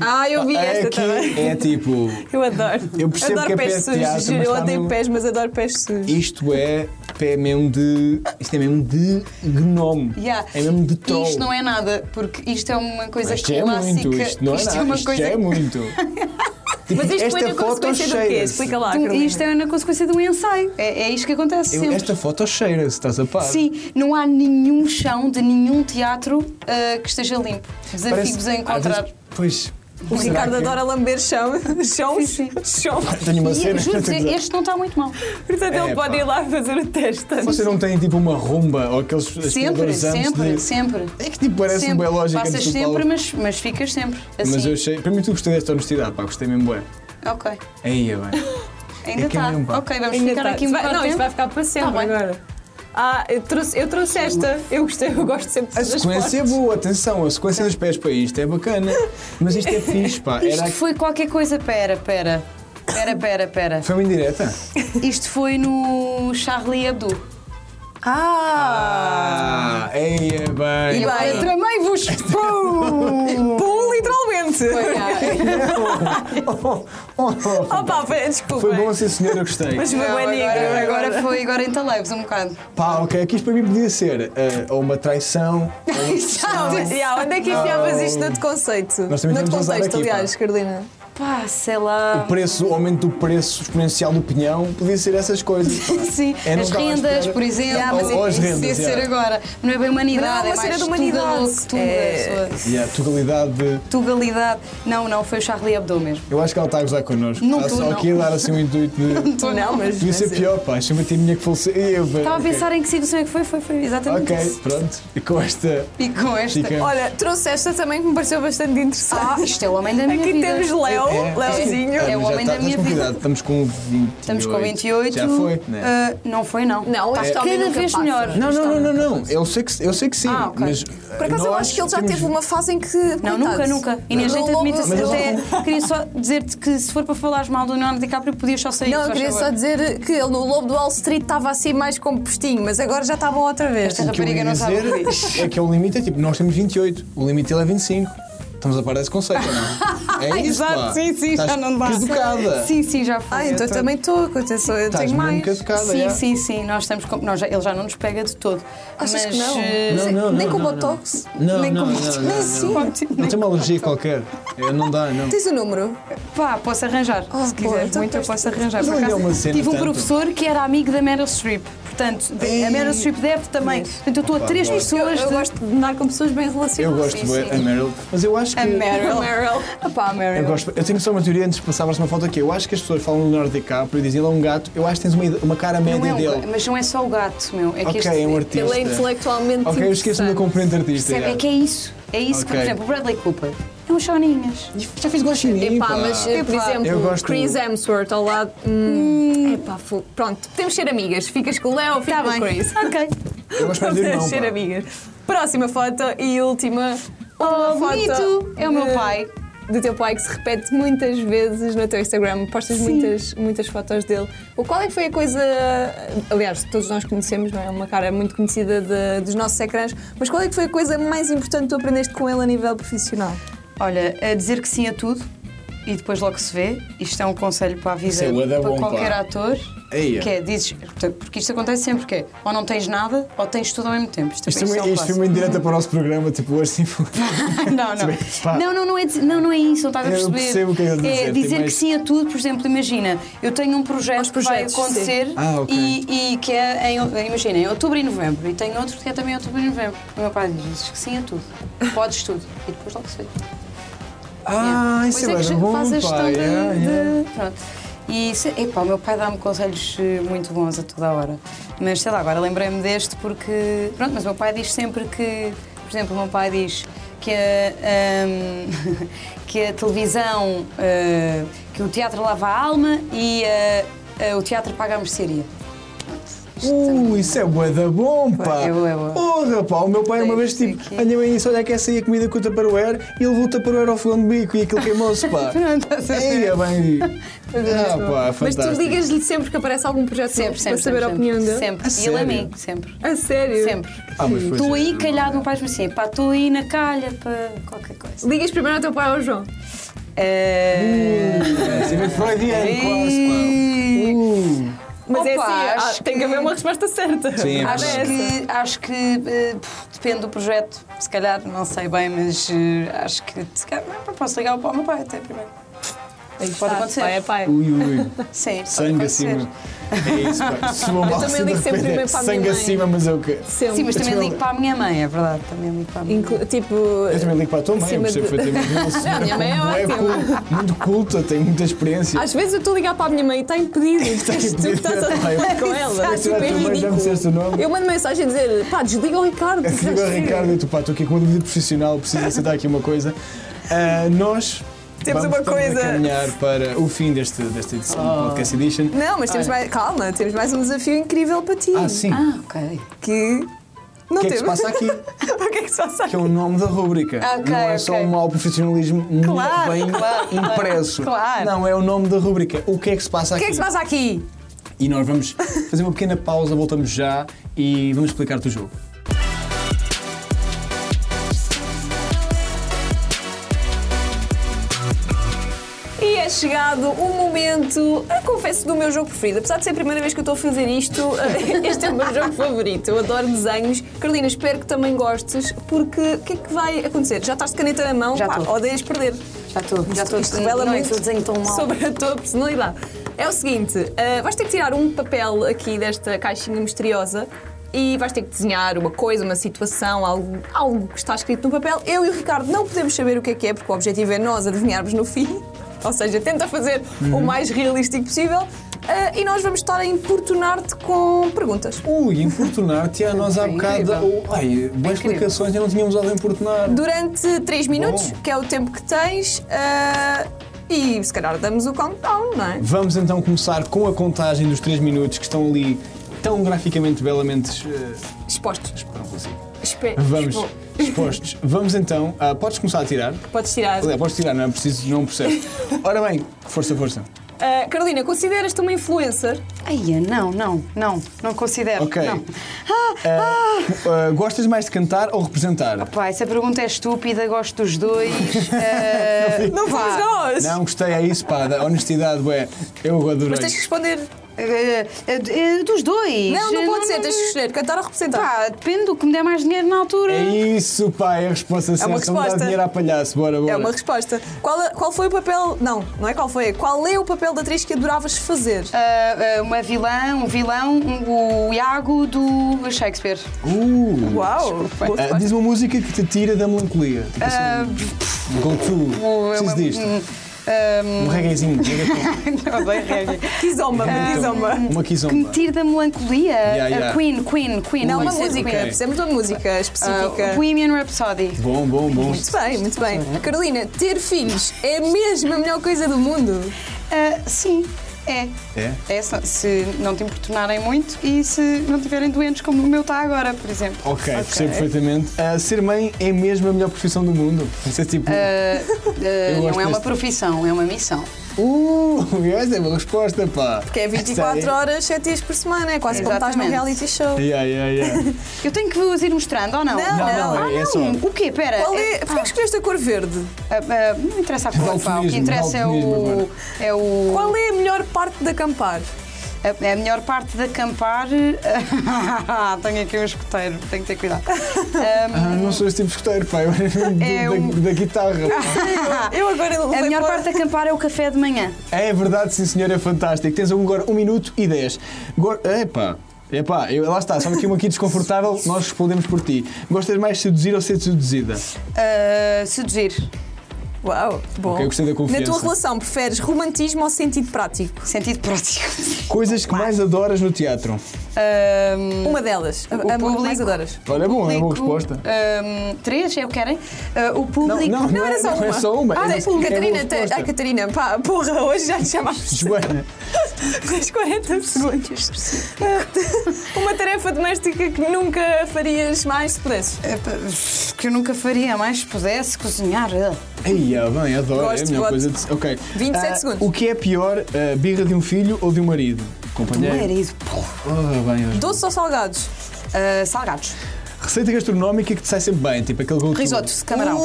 S2: Ah, eu vi
S1: Pá,
S2: esta
S1: aqui
S2: também.
S1: É tipo,
S2: Eu adoro.
S1: Eu percebo
S2: adoro
S1: que é pé
S2: pés
S1: de
S2: sujos,
S1: teatro,
S2: juro.
S1: mas
S2: Eu
S1: está
S2: odeio
S1: mesmo-
S2: pés, mas adoro pés sujos.
S1: isto é pé mesmo de. Isto é mesmo de gnome.
S3: Yeah.
S1: É mesmo de
S3: E
S1: troll.
S3: isto não é nada, porque isto é uma coisa
S1: Isto é
S3: clássica.
S1: muito, isto não é
S3: Isto
S1: nada.
S3: é uma
S1: isto
S3: coisa
S1: já é
S3: [laughs]
S1: muito. Tipo,
S2: Mas isto
S1: esta
S2: foi na
S1: foto
S2: consequência do quê?
S1: cheira-se.
S2: Explica lá,
S3: Tu-
S2: Carolina.
S3: Isto é na consequência de um ensaio. É, é isto que acontece
S1: Eu-
S3: sempre.
S1: esta foto cheira-se, estás a par?
S3: Sim, não há nenhum chão de nenhum teatro ah, que esteja limpo.
S1: Parece-
S3: Desafio-vos a
S1: às
S3: encontrar.
S1: vezes- pois.
S2: O
S1: será
S2: Ricardo
S1: que-
S2: adora lamber chão. Chão.
S3: Sim,
S2: Chão.
S1: Tenho uma
S3: E
S1: [laughs] cena.
S3: juro-te, este não está muito mal.
S2: Portanto, ele
S1: É,
S2: pode
S1: pá.
S2: ir lá fazer o teste. antes.
S1: Vocês não têm tipo uma rumba ou aqueles
S3: Sempre,
S1: aspiradores antes
S3: sempre,
S1: de-
S3: sempre.
S1: É que tipo parece
S3: sempre.
S1: um bem lógico
S3: Passas
S1: antes do
S3: sempre,
S1: palco.
S3: mas, mas ficas sempre. Assim.
S1: Mas eu achei. Para mim, tu gostei desta honestidade, pá, gostei mesmo, bué.
S3: Ok.
S1: Aí é
S3: [laughs]
S1: bem.
S3: Ainda
S1: É que é
S3: está.
S1: mesmo, pá.
S3: ok, vamos
S2: Ainda
S3: ficar
S2: tá-
S3: aqui um
S2: vai-
S3: bocado
S2: Não, isto
S3: tempo.
S2: vai ficar para sempre
S3: bem.
S2: agora. Ah, eu trouxe, eu trouxe esta. Eu gostei, eu gosto sempre
S1: A
S2: das
S1: sequência é
S2: fotos.
S1: boa, atenção, a sequência dos pés para isto é bacana. Mas isto é fixe,
S3: [laughs]
S1: pá.
S3: Isto
S1: Era...
S3: foi qualquer coisa. Pera, pera. Pera, pera, pera.
S1: Foi uma indireta?
S3: Isto foi no Charlie Hebdo.
S2: Ah!
S1: Ah, ei, é bem.
S3: E
S2: bem.
S3: [laughs]
S1: [laughs]
S3: agora tramei-vos. Pum!
S2: [laughs] Pum, literalmente!
S3: Foi, ah,
S1: Oh, oh, oh.
S2: Opa, foi- desculpa.
S1: Foi bom, sim senhor, eu gostei.
S2: Mas foi
S3: não,
S2: bem
S3: agora,
S2: negra.
S3: agora foi, agora entalei-vos um bocado.
S1: Pá, ok, aqui isto para mim podia ser eh, ou uma traição. ou
S3: [laughs]
S1: uma-
S2: Yeah, onde é que enfiavas isto noutro conceito?
S1: Nós também
S2: noutro
S1: temos de usar
S2: contexto,
S1: aqui, pá.
S2: aliás, Carolina.
S3: Pá, sei
S1: O
S3: lá.
S1: preço, o aumento do preço exponencial do pinhão, podia ser essas coisas. [laughs] pá.
S3: Sim,
S1: É, não
S3: as
S1: estava à
S3: rendas,
S1: espera.
S3: por exemplo.
S2: Yeah, mas
S1: Ou- ou as
S3: isso
S1: rendas,
S3: ia ser
S1: yeah.
S3: agora. Não é bem
S2: Não,
S3: humanidade, é
S2: mas
S3: mais
S2: era de humanidade.
S3: tugaluco, tuga,
S2: É.
S3: sua-
S1: E a totalidade de.
S3: Tugalidade. Não, não, foi o Charlie Hebdo mesmo.
S1: Eu acho que ela está a gozar connosco.
S3: Não
S1: está
S3: tô,
S1: só
S3: não.
S1: aqui a dar assim um intuito
S3: [laughs]
S1: de.
S2: Tu não, mas.
S1: Podia ser pior, pá. Chama-te a minha que faleceu.
S3: Estava a pensar em que situação é que foi, foi, foi exatamente
S1: Ok,
S3: isso.
S1: pronto. E com esta.
S3: E com esta.
S1: Fica-
S2: Olha, trouxe esta também que me pareceu bastante
S3: Ah,
S2: interessante.
S3: isto é o homem da minha
S2: Aqui
S3: vida.
S2: temos Léo,
S1: É,
S2: Léozinho.
S3: É
S1: Ah, mas
S3: o
S1: já
S3: homem da
S1: estás
S3: minha
S1: com
S3: vida.
S1: cuidado. Estamos com 28.
S3: Estamos com 28.
S1: Já foi, né?
S3: Ah, não foi, não.
S2: Não,
S3: Está
S2: este homem
S3: cada
S2: nunca
S3: vez
S2: passa.
S3: melhor.
S1: Não, não, não, não, não. Eu sei que, eu sei que sim.
S3: Ah, ok.
S1: Mas, eh,
S2: Por acaso eu acho que ele já teve uma fase em que.
S3: Não, nunca, nunca. Inês, nem te admitas.
S1: Mas
S3: Até queria só dizer-te que se for para falares mal do Leonardo DiCaprio, podias só sair.
S2: Não, eu
S3: faz
S2: queria
S3: favor.
S2: só dizer que ele no Lobo do Wall Street estava assim mais como postinho, mas agora já está bom outra vez.
S3: Esta
S1: que eu
S3: rapariga
S1: ia
S3: não sabe o que
S1: dizer é que o limite é tipo, nós temos 28, o limite ele é 25. Estamos a parar desse conceito,
S3: [laughs]
S1: não é? É isso,
S3: Exato,
S1: pá.
S3: sim, sim, já
S1: Estás
S3: não dá.
S1: Caducada.
S3: Sim, sim, já foi.
S2: Ah, então eu também estou, atenção, eu
S1: Estás mesmo
S2: tenho mais.
S1: caducada,
S3: Sim,
S1: é?
S3: sim, sim, nós estamos com. nós já- ele já não nos pega de todo.
S2: Achas
S3: mas
S2: que não?
S3: eh,
S1: Não, não,
S2: nem
S1: não,
S2: com
S1: não,
S2: Botox,
S1: Não,
S2: nem
S1: não,
S2: com
S1: não, não, não.
S2: Sim.
S1: Não tem uma alergia qualquer. É, Não dá, não.
S2: Tens o número?
S3: pá, posso arranjar.
S2: Oh, boa,
S3: se quiseres
S2: então
S3: muito, eu
S2: tens-
S3: posso arranjar.
S1: Mas
S3: Por
S1: olha,
S3: acaso,
S1: é uma cena
S3: tive um
S1: tanto.
S3: professor que era amigo da Meryl Streep. Portanto, de-
S1: Ei.
S3: a Meryl Streep deve também. Portanto, eu estou a
S1: Opa,
S3: três
S1: boa.
S3: pessoas
S2: Eu
S3: de.
S2: gosto de andar com pessoas bem relacionadas.
S1: Eu gosto
S3: Sim,
S1: bem
S3: sim.
S1: a Meryl, mas eu acho que.
S3: A Meryl.
S2: Meryl. Opá, Meryl.
S1: Eu, gosto, eu tenho só uma teoria antes de passarmos uma foto aqui. Eu acho que as pessoas falam do Leonardo DiCaprio e dizem ele é um gato. Eu acho que tens uma, ide- uma cara média
S3: Não é um
S1: dele.
S3: ga- mas não é só o gato, meu. É que
S1: ok,
S3: este,
S1: é um artista.
S2: Ele é intelectualmente
S1: Ok, eu esqueço-me da
S2: interessante.
S1: componente artista.
S3: percebe? É que é isso. É isso que,
S1: Ok.
S3: por exemplo, o Bradley Cooper é um choninhas.
S1: Já fiz
S3: é
S1: guaxinim,
S2: Epá, mas eh, por
S3: Epá.
S1: Eu
S2: exemplo,
S1: gosto-
S2: Chris Hemsworth ao lado. Hum, epá, fu- pronto, podemos ser amigas. Ficas com o Léo, fico
S3: Está
S2: com o
S3: Tá bem.
S2: Chris.
S3: Ok.
S1: Eu gosto
S3: [laughs]
S1: mais do irmão,
S2: Podemos ser
S1: pá.
S2: amigas. Próxima foto e última. [laughs] Uma
S3: Oh, bonito. É o meu
S2: de-
S3: pai.
S2: Do teu pai que se repete muitas vezes no teu Instagram, postas muitas, muitas fotos dele. O qual é que foi a coisa. Aliás, todos nós conhecemos, não é? Uma cara muito conhecida de- dos nossos ecrãs, mas qual é que foi a coisa mais importante que tu aprendeste com ele a nível profissional?
S3: Olha, a dizer que sim a tudo e depois logo se vê. Isto é um conselho para a vida
S1: Isso é bué da
S3: para
S1: bom, pá.
S3: qualquer ator.
S1: Eia.
S3: Que é, dizes, portanto, porque isto acontece sempre, que é, ou não tens nada ou tens tudo ao mesmo tempo. Isto,
S1: Isto,
S3: isto
S1: é
S3: é
S1: uma,
S3: um
S1: isto foi uma indireta para o nosso programa, tipo, hoje sim.
S3: [laughs] não,
S1: Pá.
S3: não. não, não, não é, dizer- não, não é isso, não estás a
S1: Eu
S3: perceber.
S1: percebo o que é dizer, tem
S3: que
S1: mais-
S3: sim a tudo, por exemplo, imagina, eu tenho um projeto que vai
S2: projetos, sim.
S3: acontecer
S1: Ah, ok.
S3: e, e que é, em, imagina, em outubro e novembro, e tenho outro que é também em outubro e novembro. O meu pai diz dizes que sim a tudo, podes tudo, e depois logo se vê.
S1: Ah,
S3: Pois
S1: isso
S3: é
S1: é,
S3: que
S1: bem
S3: já
S1: bom,
S3: faz a
S1: pá.
S3: gestão de,
S1: yeah, yeah.
S3: de- Pronto. E, se- epá, o meu pai dá-me conselhos eh, muito bons a toda a hora. Mas sei lá, agora lembrei-me deste porque. Pronto, mas o meu pai diz sempre que. Por exemplo, o meu pai diz que a, ahm, [laughs] que a televisão. eh, que o teatro lava a alma e eh, eh, o teatro paga a mercearia.
S1: Uh, isso é bué da bom, pá!
S3: é bué bom.
S1: Porra, pá, o meu pai uma
S3: Tem
S1: vez
S3: que ser
S1: tipo,
S3: aqui.
S1: olha bem isso, olha que essa aí a comida com o Tupperware e ele levou o Tupperware ao fogão de bico e aquilo queimou-se,
S3: [laughs]
S1: pá!
S3: Pronto, estás a ver?
S1: Eia,
S3: [laughs]
S1: bem! Ah, pá,
S2: Mas tu
S1: fantástico!
S2: ligas-lhe sempre que aparece algum projeto
S3: Sempre,
S2: novo
S3: sempre.
S2: para saber
S3: sempre,
S2: a opinião
S3: sempre.
S2: dele?
S1: A
S3: Sempre. e ele a
S1: sério?
S3: mim, sempre.
S2: A sério?
S3: Sempre.
S1: Ah, mas pois
S3: Estou
S1: é,
S3: aí
S1: não-
S3: calhado, meu pai diz-me assim: pá, estou aí na calha para qualquer coisa.
S2: Ligas primeiro ao teu pai ou ao João?
S3: Eh,
S1: Isso é bem freudiano, quase, pá! Uh,
S2: Mas é
S3: Opa,
S2: assim, ah,
S3: acho
S2: tem que
S3: que-
S2: haver uma resposta certa.
S1: Sim, é
S3: Acho
S1: verdade.
S3: que, acho que eh, pff, depende do projeto. Se calhar, não sei bem, mas eh, acho que se calhar, não, posso ligar para o meu pai até primeiro.
S2: Pode
S3: Pode acontecer.
S2: Pai, é pai.
S1: Ui, ui!
S3: Sim, pode
S1: Sangue
S3: acontecer.
S1: acima! É isso, pá! Soou mal
S2: também
S1: assim de
S2: ligo sempre
S1: repente, é
S2: primeiro para a minha
S1: sangue
S2: mãe.
S1: acima, mas é o quê?
S2: Sempre.
S3: Sim, mas também
S1: Mas-
S3: ligo para a minha mãe, é verdade. Também ligo para a minha mãe.
S2: Inclu- tipo.
S1: Eu também ligo para a tua mãe, eu
S2: acima
S1: percebo
S2: de-
S1: perfeitamente. Uma
S2: [laughs]
S1: senhora
S2: minha mãe é
S1: com bué
S2: ótima. Ah,
S1: cul- Muito culta, tem muita experiência.
S2: Às vezes eu estou a ligar para a minha mãe e está
S1: [laughs]
S2: impedido. Estás tu que estás a falar com ela.
S1: Será
S2: É
S1: que a
S2: super
S1: tua mãe já me disseste o
S2: ridículo. [laughs]
S1: nome?
S2: Eu mando mensagem a dizer: pá, desliga o
S1: [laughs]
S2: Ricardo.
S1: Eu digo ao Ricardo, tu pá, estou aqui com uma dúvida profissional,
S2: [laughs]
S1: preciso aceitar aqui uma coisa. Ah, nós
S2: Temos
S1: vamos
S2: uma coisa.
S1: a caminhar para o fim deste, desta edição do Podcast Edition.
S2: Não, mas temos mais. Calma, temos mais um desafio incrível para ti.
S1: Ah, sim.
S3: Ah, ok.
S2: Que. Hum. Não
S1: o que é que
S2: temos.
S1: se passa aqui?
S2: [laughs] o que é que se passa
S1: Que é o nome da rúbrica.
S3: Ah, ok,
S1: não é só
S3: ok.
S1: um mau profissionalismo
S3: Claro,
S1: muito bem
S3: claro, claro.
S1: impresso.
S3: Claro.
S1: Não, é o nome da rúbrica. O que é que se passa
S2: O
S1: aqui?
S2: que é que se passa aqui?
S1: E nós vamos fazer uma pequena pausa, voltamos já e vamos explicar-te o jogo.
S2: E é chegado o momento, eu confesso, do meu jogo preferido. Apesar de ser a primeira vez que eu estou a fazer isto, [laughs] este é o meu jogo favorito. Eu adoro desenhos. Carolina, espero que também gostes, porque o que é que vai acontecer? Já estás de caneta na mão?
S3: Já
S2: Pá,
S3: estou.
S2: odeias perder.
S3: Já estou, já
S2: Isto-
S3: estou.
S2: Isto revela
S3: Não, é
S2: muito
S3: eu desenho tão mal.
S2: é sobre a tua personalidade. É o seguinte, ah, vais ter que tirar um papel aqui desta caixinha misteriosa e vais ter que desenhar uma coisa, uma situação, algo, algo que está escrito no papel. Eu e o Ricardo não podemos saber o que é que é, porque o objetivo é nós adivinharmos no fim. [laughs] Ou seja, tenta fazer o mais realístico possível. ah, e nós vamos estar a importunar-te com perguntas.
S1: Ui, importunar-te, ah, nós há
S3: Foi
S1: bocado.
S3: incrível.
S1: Oh, ai, boas explicações, já não tínhamos dado a importunar.
S2: Durante 3 minutos, que é o tempo que tens, ah, e se calhar damos o countdown, não é?
S1: Vamos então começar com a contagem dos 3 minutos que estão ali tão graficamente belamente. eh,
S2: Expostos.
S1: exp- não consigo.
S2: Espe-
S1: Vamos,
S2: expo-
S1: expostos. Vamos então. ah, podes começar a tirar.
S2: Podes tirar.
S1: Aliás, podes tirar, não é preciso, não percebo. Ora bem, força, força.
S2: Ah, Carolina, consideras-te uma influencer?
S3: Ai, é, não, não, não, não considero.
S1: Ok.
S3: Não.
S1: Ah, ah, gostas mais de cantar ou representar?
S3: Pá, essa pergunta é estúpida, gosto dos
S1: [laughs]
S3: dois. eh,
S2: Não fomos
S3: pá,
S2: nós!
S1: Não, gostei, é isso, pá, da honestidade, ué. Eu adorei.
S2: Mas tens que responder.
S3: eh, eh, Dos dois.
S2: Não, não pode ser,
S3: não-
S2: tens que escolher, cantar ou representar.
S3: Pá, depende do que me der mais dinheiro na altura.
S1: É isso, pá, é a resposta certa.
S2: uma
S1: Não dá
S2: resposta.
S1: dinheiro a palhaço, bora, bora.
S2: É uma resposta. Qual, a- qual foi o papel. Não, não é qual foi. Qual é o papel da atriz que adoravas fazer?
S3: Ah, ah, uma vilã, um vilão, um- o Iago do Shakespeare.
S1: Uh,
S2: Uau! boa
S1: Ah,
S2: resposta.
S1: diz uma música que te tira da melancolia. Tipo assim,
S3: Ah, pff,
S1: go-to,
S3: Um,
S1: preciso
S3: uma-
S1: disto.
S3: um, um,
S1: Um reggaezinho,
S3: [laughs] não, bem reggae.
S2: Kizomba, Ah, Kizomba.
S1: uma
S3: Que me
S1: kizomba.
S3: tire da melancolia.
S1: Yeah, yeah.
S3: A Queen, Queen, Queen.
S2: Não, uma
S3: pode ser
S2: música.
S3: Queen.
S2: Precisamos de uma música
S3: Ah,
S2: específica.
S3: Bohemian Rhapsody.
S1: Bom, bom, bom.
S2: Muito bem, muito bem. Carolina, ter filhos é mesmo a melhor coisa do mundo.
S3: Ah, sim, é.
S1: É?
S3: É só- se não te importunarem muito e se não tiverem doentes como o meu está agora, por exemplo.
S1: Ok, percebo perfeitamente. Ah, ser mãe é mesmo a melhor profissão do mundo. Isso é tipo.
S3: Ah, ah,
S1: Eu gosto
S3: não é uma
S1: deste.
S3: profissão, é uma missão.
S1: Uh, [laughs] essa é uma resposta, pá.
S2: Porque é 24 horas, 7 dias por semana. É quase como estás num
S3: Exatamente.
S2: reality show.
S1: Yeah, yeah, yeah.
S3: Eu tenho que vos ir mostrando ou não?
S2: Não, Não, não,
S1: não.
S3: Ah,
S1: é só-
S3: O quê? Pera.
S2: Qual é?
S3: Ah,
S2: Porquê que escolheste a cor verde?
S3: ah, ah, não
S1: É
S3: interessa a cor, pá. O que
S1: Daltonismo,
S3: interessa é o.
S1: daltonismo
S3: É o
S2: Qual é a melhor parte de acampar?
S3: a, a melhor parte de acampar. [laughs] tenho aqui um escoteiro, tenho que ter cuidado. Ah,
S1: Ah, não sou esse tipo de escuteiro, pá. Eu era do-
S3: É
S1: da,
S3: um-
S1: da guitarra. pá.
S2: Eu agora
S3: a melhor parte de acampar é o café de manhã.
S1: É verdade, sim senhor, é fantástico. Tens agora 1 minuto e 10. Go- Epá. Epá, eu, lá está, sabe que uma aqui desconfortável, nós respondemos por ti. Gostas mais de seduzir ou ser seduzida?
S3: Ah, seduzir.
S2: Uau, bom.
S1: Ok, eu gostei da
S2: Na tua
S1: confiança.
S2: relação, preferes romantismo ou sentido prático?
S3: Sentido prático.
S1: Coisas que mais adoras no teatro.
S3: Ahm,
S2: Uma delas. A, a
S3: público-
S2: mais adoras.
S1: Olha, é bom, é uma boa
S3: Ah, público,
S1: resposta.
S2: eh,
S3: ahm, três, é o que querem? Ah, o
S1: Não,
S3: público.
S1: não, não,
S2: era
S1: é,
S2: só
S1: não é
S2: uma.
S1: só uma.
S2: Ah,
S1: é uma- é
S2: Catarina,
S1: uma
S2: tem-
S1: resposta.
S2: ai, Catarina, pá, porra, hoje já te chamámos
S1: Joana,
S2: tens 40 segundos.
S1: [laughs]
S2: Uma tarefa doméstica que nunca farias mais se pudesses.
S3: É pá, Que eu nunca faria mais se pudesse cozinhar. ah.
S1: Ei, ah, bem, adoro.
S2: Gosto,
S1: é a melhor coisa
S2: gosto.
S1: de. Ok.
S2: 27
S1: Ah,
S2: segundos.
S1: O que é pior, a birra de um filho ou de um marido? Companheiro.
S3: Marido, pô.
S1: Ah, bem, hoje.
S2: Doces ou salgados?
S3: Ah, salgados.
S1: Receita gastronómica que te sai sempre bem, tipo aquele go
S3: Risotos de camarão.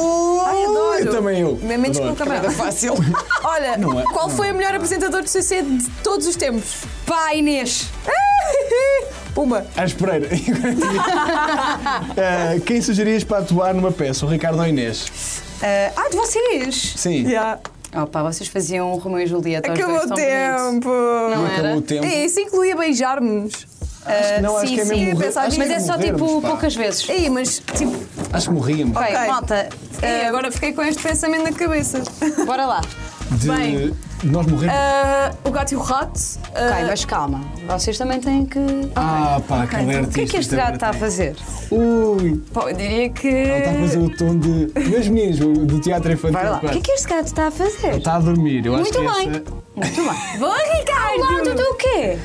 S2: Ai, adoro.
S1: eu também eu.
S2: Menos com é
S1: Adoro.
S2: o
S1: [laughs]
S2: camarada.
S3: Fácil.
S2: Olha,
S1: Não é-
S2: qual
S1: não
S2: foi
S1: é.
S2: o melhor apresentador de CC de todos os tempos?
S3: Pá, Inês.
S2: [laughs] Pumba.
S1: Às [laughs] Pereira. Ah, quem sugerias para atuar numa peça? O Ricardo ou a Inês?
S3: Ah, ah, de vocês.
S1: Sim.
S3: Oh pá, vocês faziam o Romeu e Julieta. aos
S2: Acabou
S3: dois,
S2: o
S3: tão bonito.
S2: tempo.
S3: Não
S1: Acabou
S3: era?
S1: o tempo.
S2: E isso incluía beijar-nos.
S3: Ah,
S1: não, acho
S3: sim,
S1: que é
S3: sim,
S1: mesmo
S3: eu ia
S1: morrer.
S3: pensar
S1: Acho que
S3: Mas
S1: é
S3: é só
S1: morrermos,
S3: tipo
S1: pá.
S3: poucas vezes.
S2: Ei, mas tipo. eh,
S1: Acho que morríamos.
S3: Ok,
S2: Ok.
S3: malta,
S2: ei, agora fiquei com este pensamento na cabeça.
S3: bora lá.
S1: De
S2: Bem.
S1: nós morrermos.
S2: Ah, o gato e o rato. ah,
S3: Ok, mas calma. Vocês também têm que.
S1: Ah, pá, que
S3: Ok, então
S1: alerta.
S3: o que é que este gato está a fazer?
S1: Ui,
S2: pá, eu diria que.
S1: está a fazer o tom de. Meus meninos, o- do teatro infantil.
S3: Vai lá. O
S1: quase.
S3: que é que este gato está a fazer?
S1: Está a dormir, eu Tá, acho
S3: Muito
S1: que
S3: bem.
S1: essa-
S3: Muito bem.
S2: Boa,
S5: Ao lado
S2: Ricardo!
S5: do quê?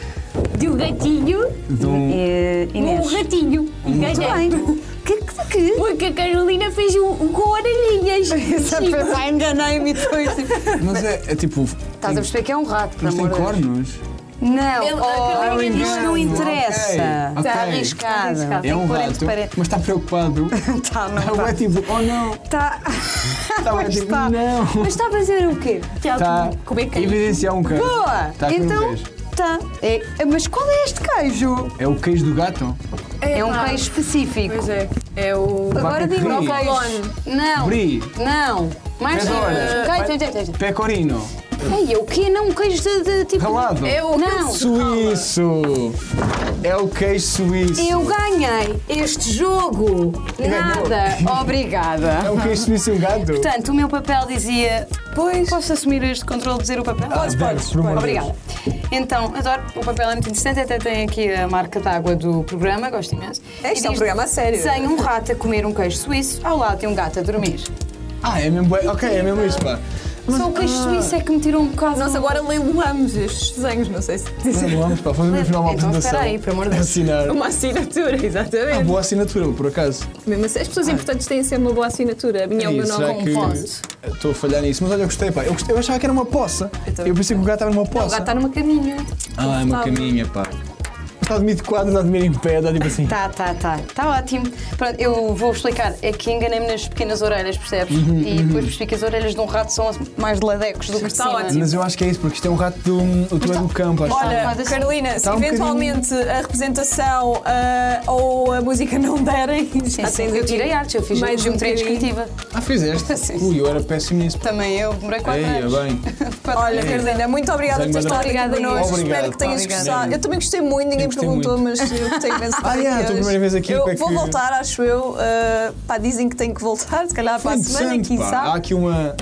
S5: Do gatinho,
S1: de [laughs] um-
S3: Eh,
S5: um
S3: Inês.
S5: ratinho.
S3: Muito bem. Que, que, que?
S5: Porque a Carolina fez um, um com orelhinhas.
S2: [laughs]
S5: Sim.
S3: enganei-me depois. Estás
S1: Mas é, é tipo.
S3: a perceber que é um rato, pelo
S1: Mas tem
S3: amor de Deus.
S1: cornos?
S3: Não,
S2: Ele-
S3: oh,
S2: a Carolina
S3: isto não
S1: disse-
S3: interessa.
S1: Ok, ok.
S3: Está Tá arriscado.
S5: Está
S1: É um rato, mas está preocupado.
S3: Está, não
S1: Não é
S3: está.
S1: tipo, oh não,
S3: Está.
S1: está é
S3: Tá. Pois
S1: tipo,
S3: está.
S1: não.
S3: Mas está a fazer o quê?
S5: Tchau,
S1: Está
S5: Como é que
S1: Tá a evidenciar um queijo.
S3: Boa!
S1: Está a comer um
S3: então,
S1: queijo.
S3: tá. É, mas qual é este queijo?
S1: É o queijo do gato?
S3: É um
S2: Epá.
S3: queijo específico.
S2: Pois é. É o.
S3: Agora digo
S1: Brie.
S3: o queijo. Não.
S1: Brie.
S3: Não. Mais
S1: Mas
S3: um.
S1: olha,
S3: queijo. Queijo, queijo,
S1: Pecorino.
S3: queijo. Ei, o quê? Não, um queijo de, de tipo...
S1: Ralado.
S2: É o.
S3: Não.
S1: Suíço. É o queijo suíço.
S3: Eu ganhei este jogo. Nada.
S1: É
S3: Obrigada.
S1: o queijo suíço e um gato.
S3: Portanto, o meu papel dizia...
S2: Pois.
S3: Posso assumir este controle de dizer o papel?
S1: Podes, deve, podes, por um amor podes. de Deus.
S3: Obrigada. Então, adoro. O papel é muito interessante. Até tem aqui a marca d'água do programa. Gosto imenso.
S2: Este
S3: E
S2: é um
S3: diz,
S2: programa a sério.
S3: Desenho um rato a comer um queijo suíço. Ao lado tem um gato a dormir.
S1: Ah, é mesmo. bué- Ok, é mesmo isso, pá.
S3: Só o queijo suíço é que me tirou um bocado...
S2: Nós ah. agora leiloamos estes desenhos, não sei se [laughs]
S1: Não, Vamos, pá, fazemos no final uma
S3: Então,
S1: apresentação.
S3: espera aí, por amor de Deus.
S1: Assinar.
S2: Uma assinatura,
S1: Ah,
S2: exatamente.
S1: boa assinatura, por acaso.
S2: Mesmo assim, as pessoas importantes têm sempre uma boa assinatura. A minha é o
S1: Ei,
S2: meu
S1: será
S2: nome.
S1: que-
S3: posso.
S1: Estou a falhar nisso, mas olha, eu gostei, pá. Eu, gostei- eu achava que era uma poça.
S2: Eu também.
S1: Eu pensei que o gato estava numa poça.
S2: O gato está numa caminha.
S1: Ah, é uma
S2: Confortável.
S1: caminha, pá. Está a dormir de quadro, está a dormir em pé, está tipo assim.
S3: Tá, tá, tá. Tá ótimo. Pronto, eu vou explicar. É que enganei-me nas pequenas orelhas, percebes?
S1: Uhum,
S3: E depois percebi que as orelhas de um rato são mais ladecos do que de
S2: Está
S3: cima.
S2: ótimo.
S1: Mas eu acho que é isso, porque isto é um rato do, o tu é do campo, acho.
S3: Olha,
S2: tá. Olha,
S3: Faz assim.
S2: Carolina, se
S1: Está um
S2: eventualmente a representação ah, ou a música não derem,
S3: Sim,
S2: já
S3: sim.
S2: tens
S3: Assim, Eu
S2: aqui
S3: tirei arte, eu fiz
S2: mais um
S3: geometria
S2: bocadinho.
S3: descritiva.
S1: Ah, fizeste?
S3: Sim.
S1: Ui, eu era péssimo nisso.
S3: Também eu demorei quatro
S1: Ei, é
S3: anos.
S1: bem.
S3: [laughs] Quatro
S2: Olha,
S3: anos.
S2: Carolina, muito obrigada por teres
S1: Desenho
S2: estado aqui
S3: maravilhoso.
S2: connosco.
S1: Obrigado.
S2: Espero que tenhas
S1: Obrigado.
S2: gostado. Eu também gostei muito, ninguém
S1: Eu
S2: me perguntou,
S1: muito.
S2: mas eu gostei imenso de
S1: [laughs] Ah,
S2: estar
S1: yeah,
S2: aqui
S1: a tua
S2: hoje.
S1: primeira vez aqui,
S2: Eu
S1: como é
S2: vou
S1: que-
S2: voltar, acho eu. ah, pá, dizem que tenho que voltar, se calhar para a semana,
S1: Interessante, pá. Há
S2: quiçá.
S1: aqui uma,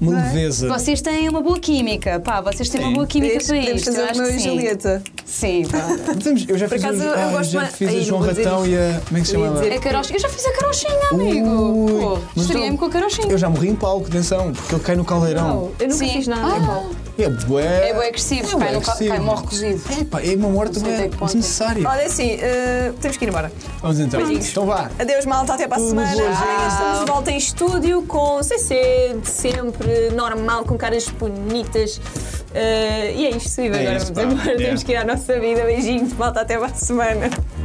S1: uma leveza.
S3: Vocês têm uma boa química, pá, vocês têm
S1: Sim.
S3: uma boa química
S2: Podemos
S3: para
S2: podemos
S3: isto. eu
S2: fazer o
S3: acho
S2: meu
S3: que
S2: e
S3: sim.
S2: Julieta.
S3: Sim, [laughs] pá.
S1: Temos- Eu já
S2: Por
S1: fiz,
S2: acaso,
S1: os-
S2: eu
S1: ah,
S2: gosto
S1: já
S2: mais-
S1: fiz a
S2: aí,
S1: João
S2: não vou dizer
S1: Ratão
S2: isto.
S1: e a. Como é que se
S2: Eu ia
S1: chama?
S2: dizer-
S3: A carochinha. Eu já fiz a carochinha, amigo.
S1: Ui,
S3: Pô,
S1: mas
S3: Estreiei-me
S1: então-
S3: com a carochinha.
S1: Eu já morri em palco, atenção, porque ele cai no
S3: Oh,
S1: caldeirão.
S2: Eu nunca
S3: Sim.
S2: fiz nada em palco.
S1: É bué.
S3: É bem agressivo,
S1: bué
S3: cai, no ca-
S1: agressivo.
S3: cai, morre cozido.
S1: É pá, é uma morte
S3: Não sei
S1: bué
S3: até que ponto.
S1: desnecessária.
S2: Olha, assim, ah, temos que ir embora.
S1: Vamos então.
S2: Beijinhos.
S1: Então vá.
S2: Adeus, malta, até para a
S1: Tudo
S2: semana.
S1: bom, gente.
S2: Amanhã Estamos de volta em estúdio com CC de sempre, normal, com caras bonitas. Ah, e é isto, e agora
S1: isso,
S2: vamos
S1: pá.
S2: embora.
S1: Yeah.
S2: Temos que ir à nossa vida. Beijinhos, malta, até para a semana.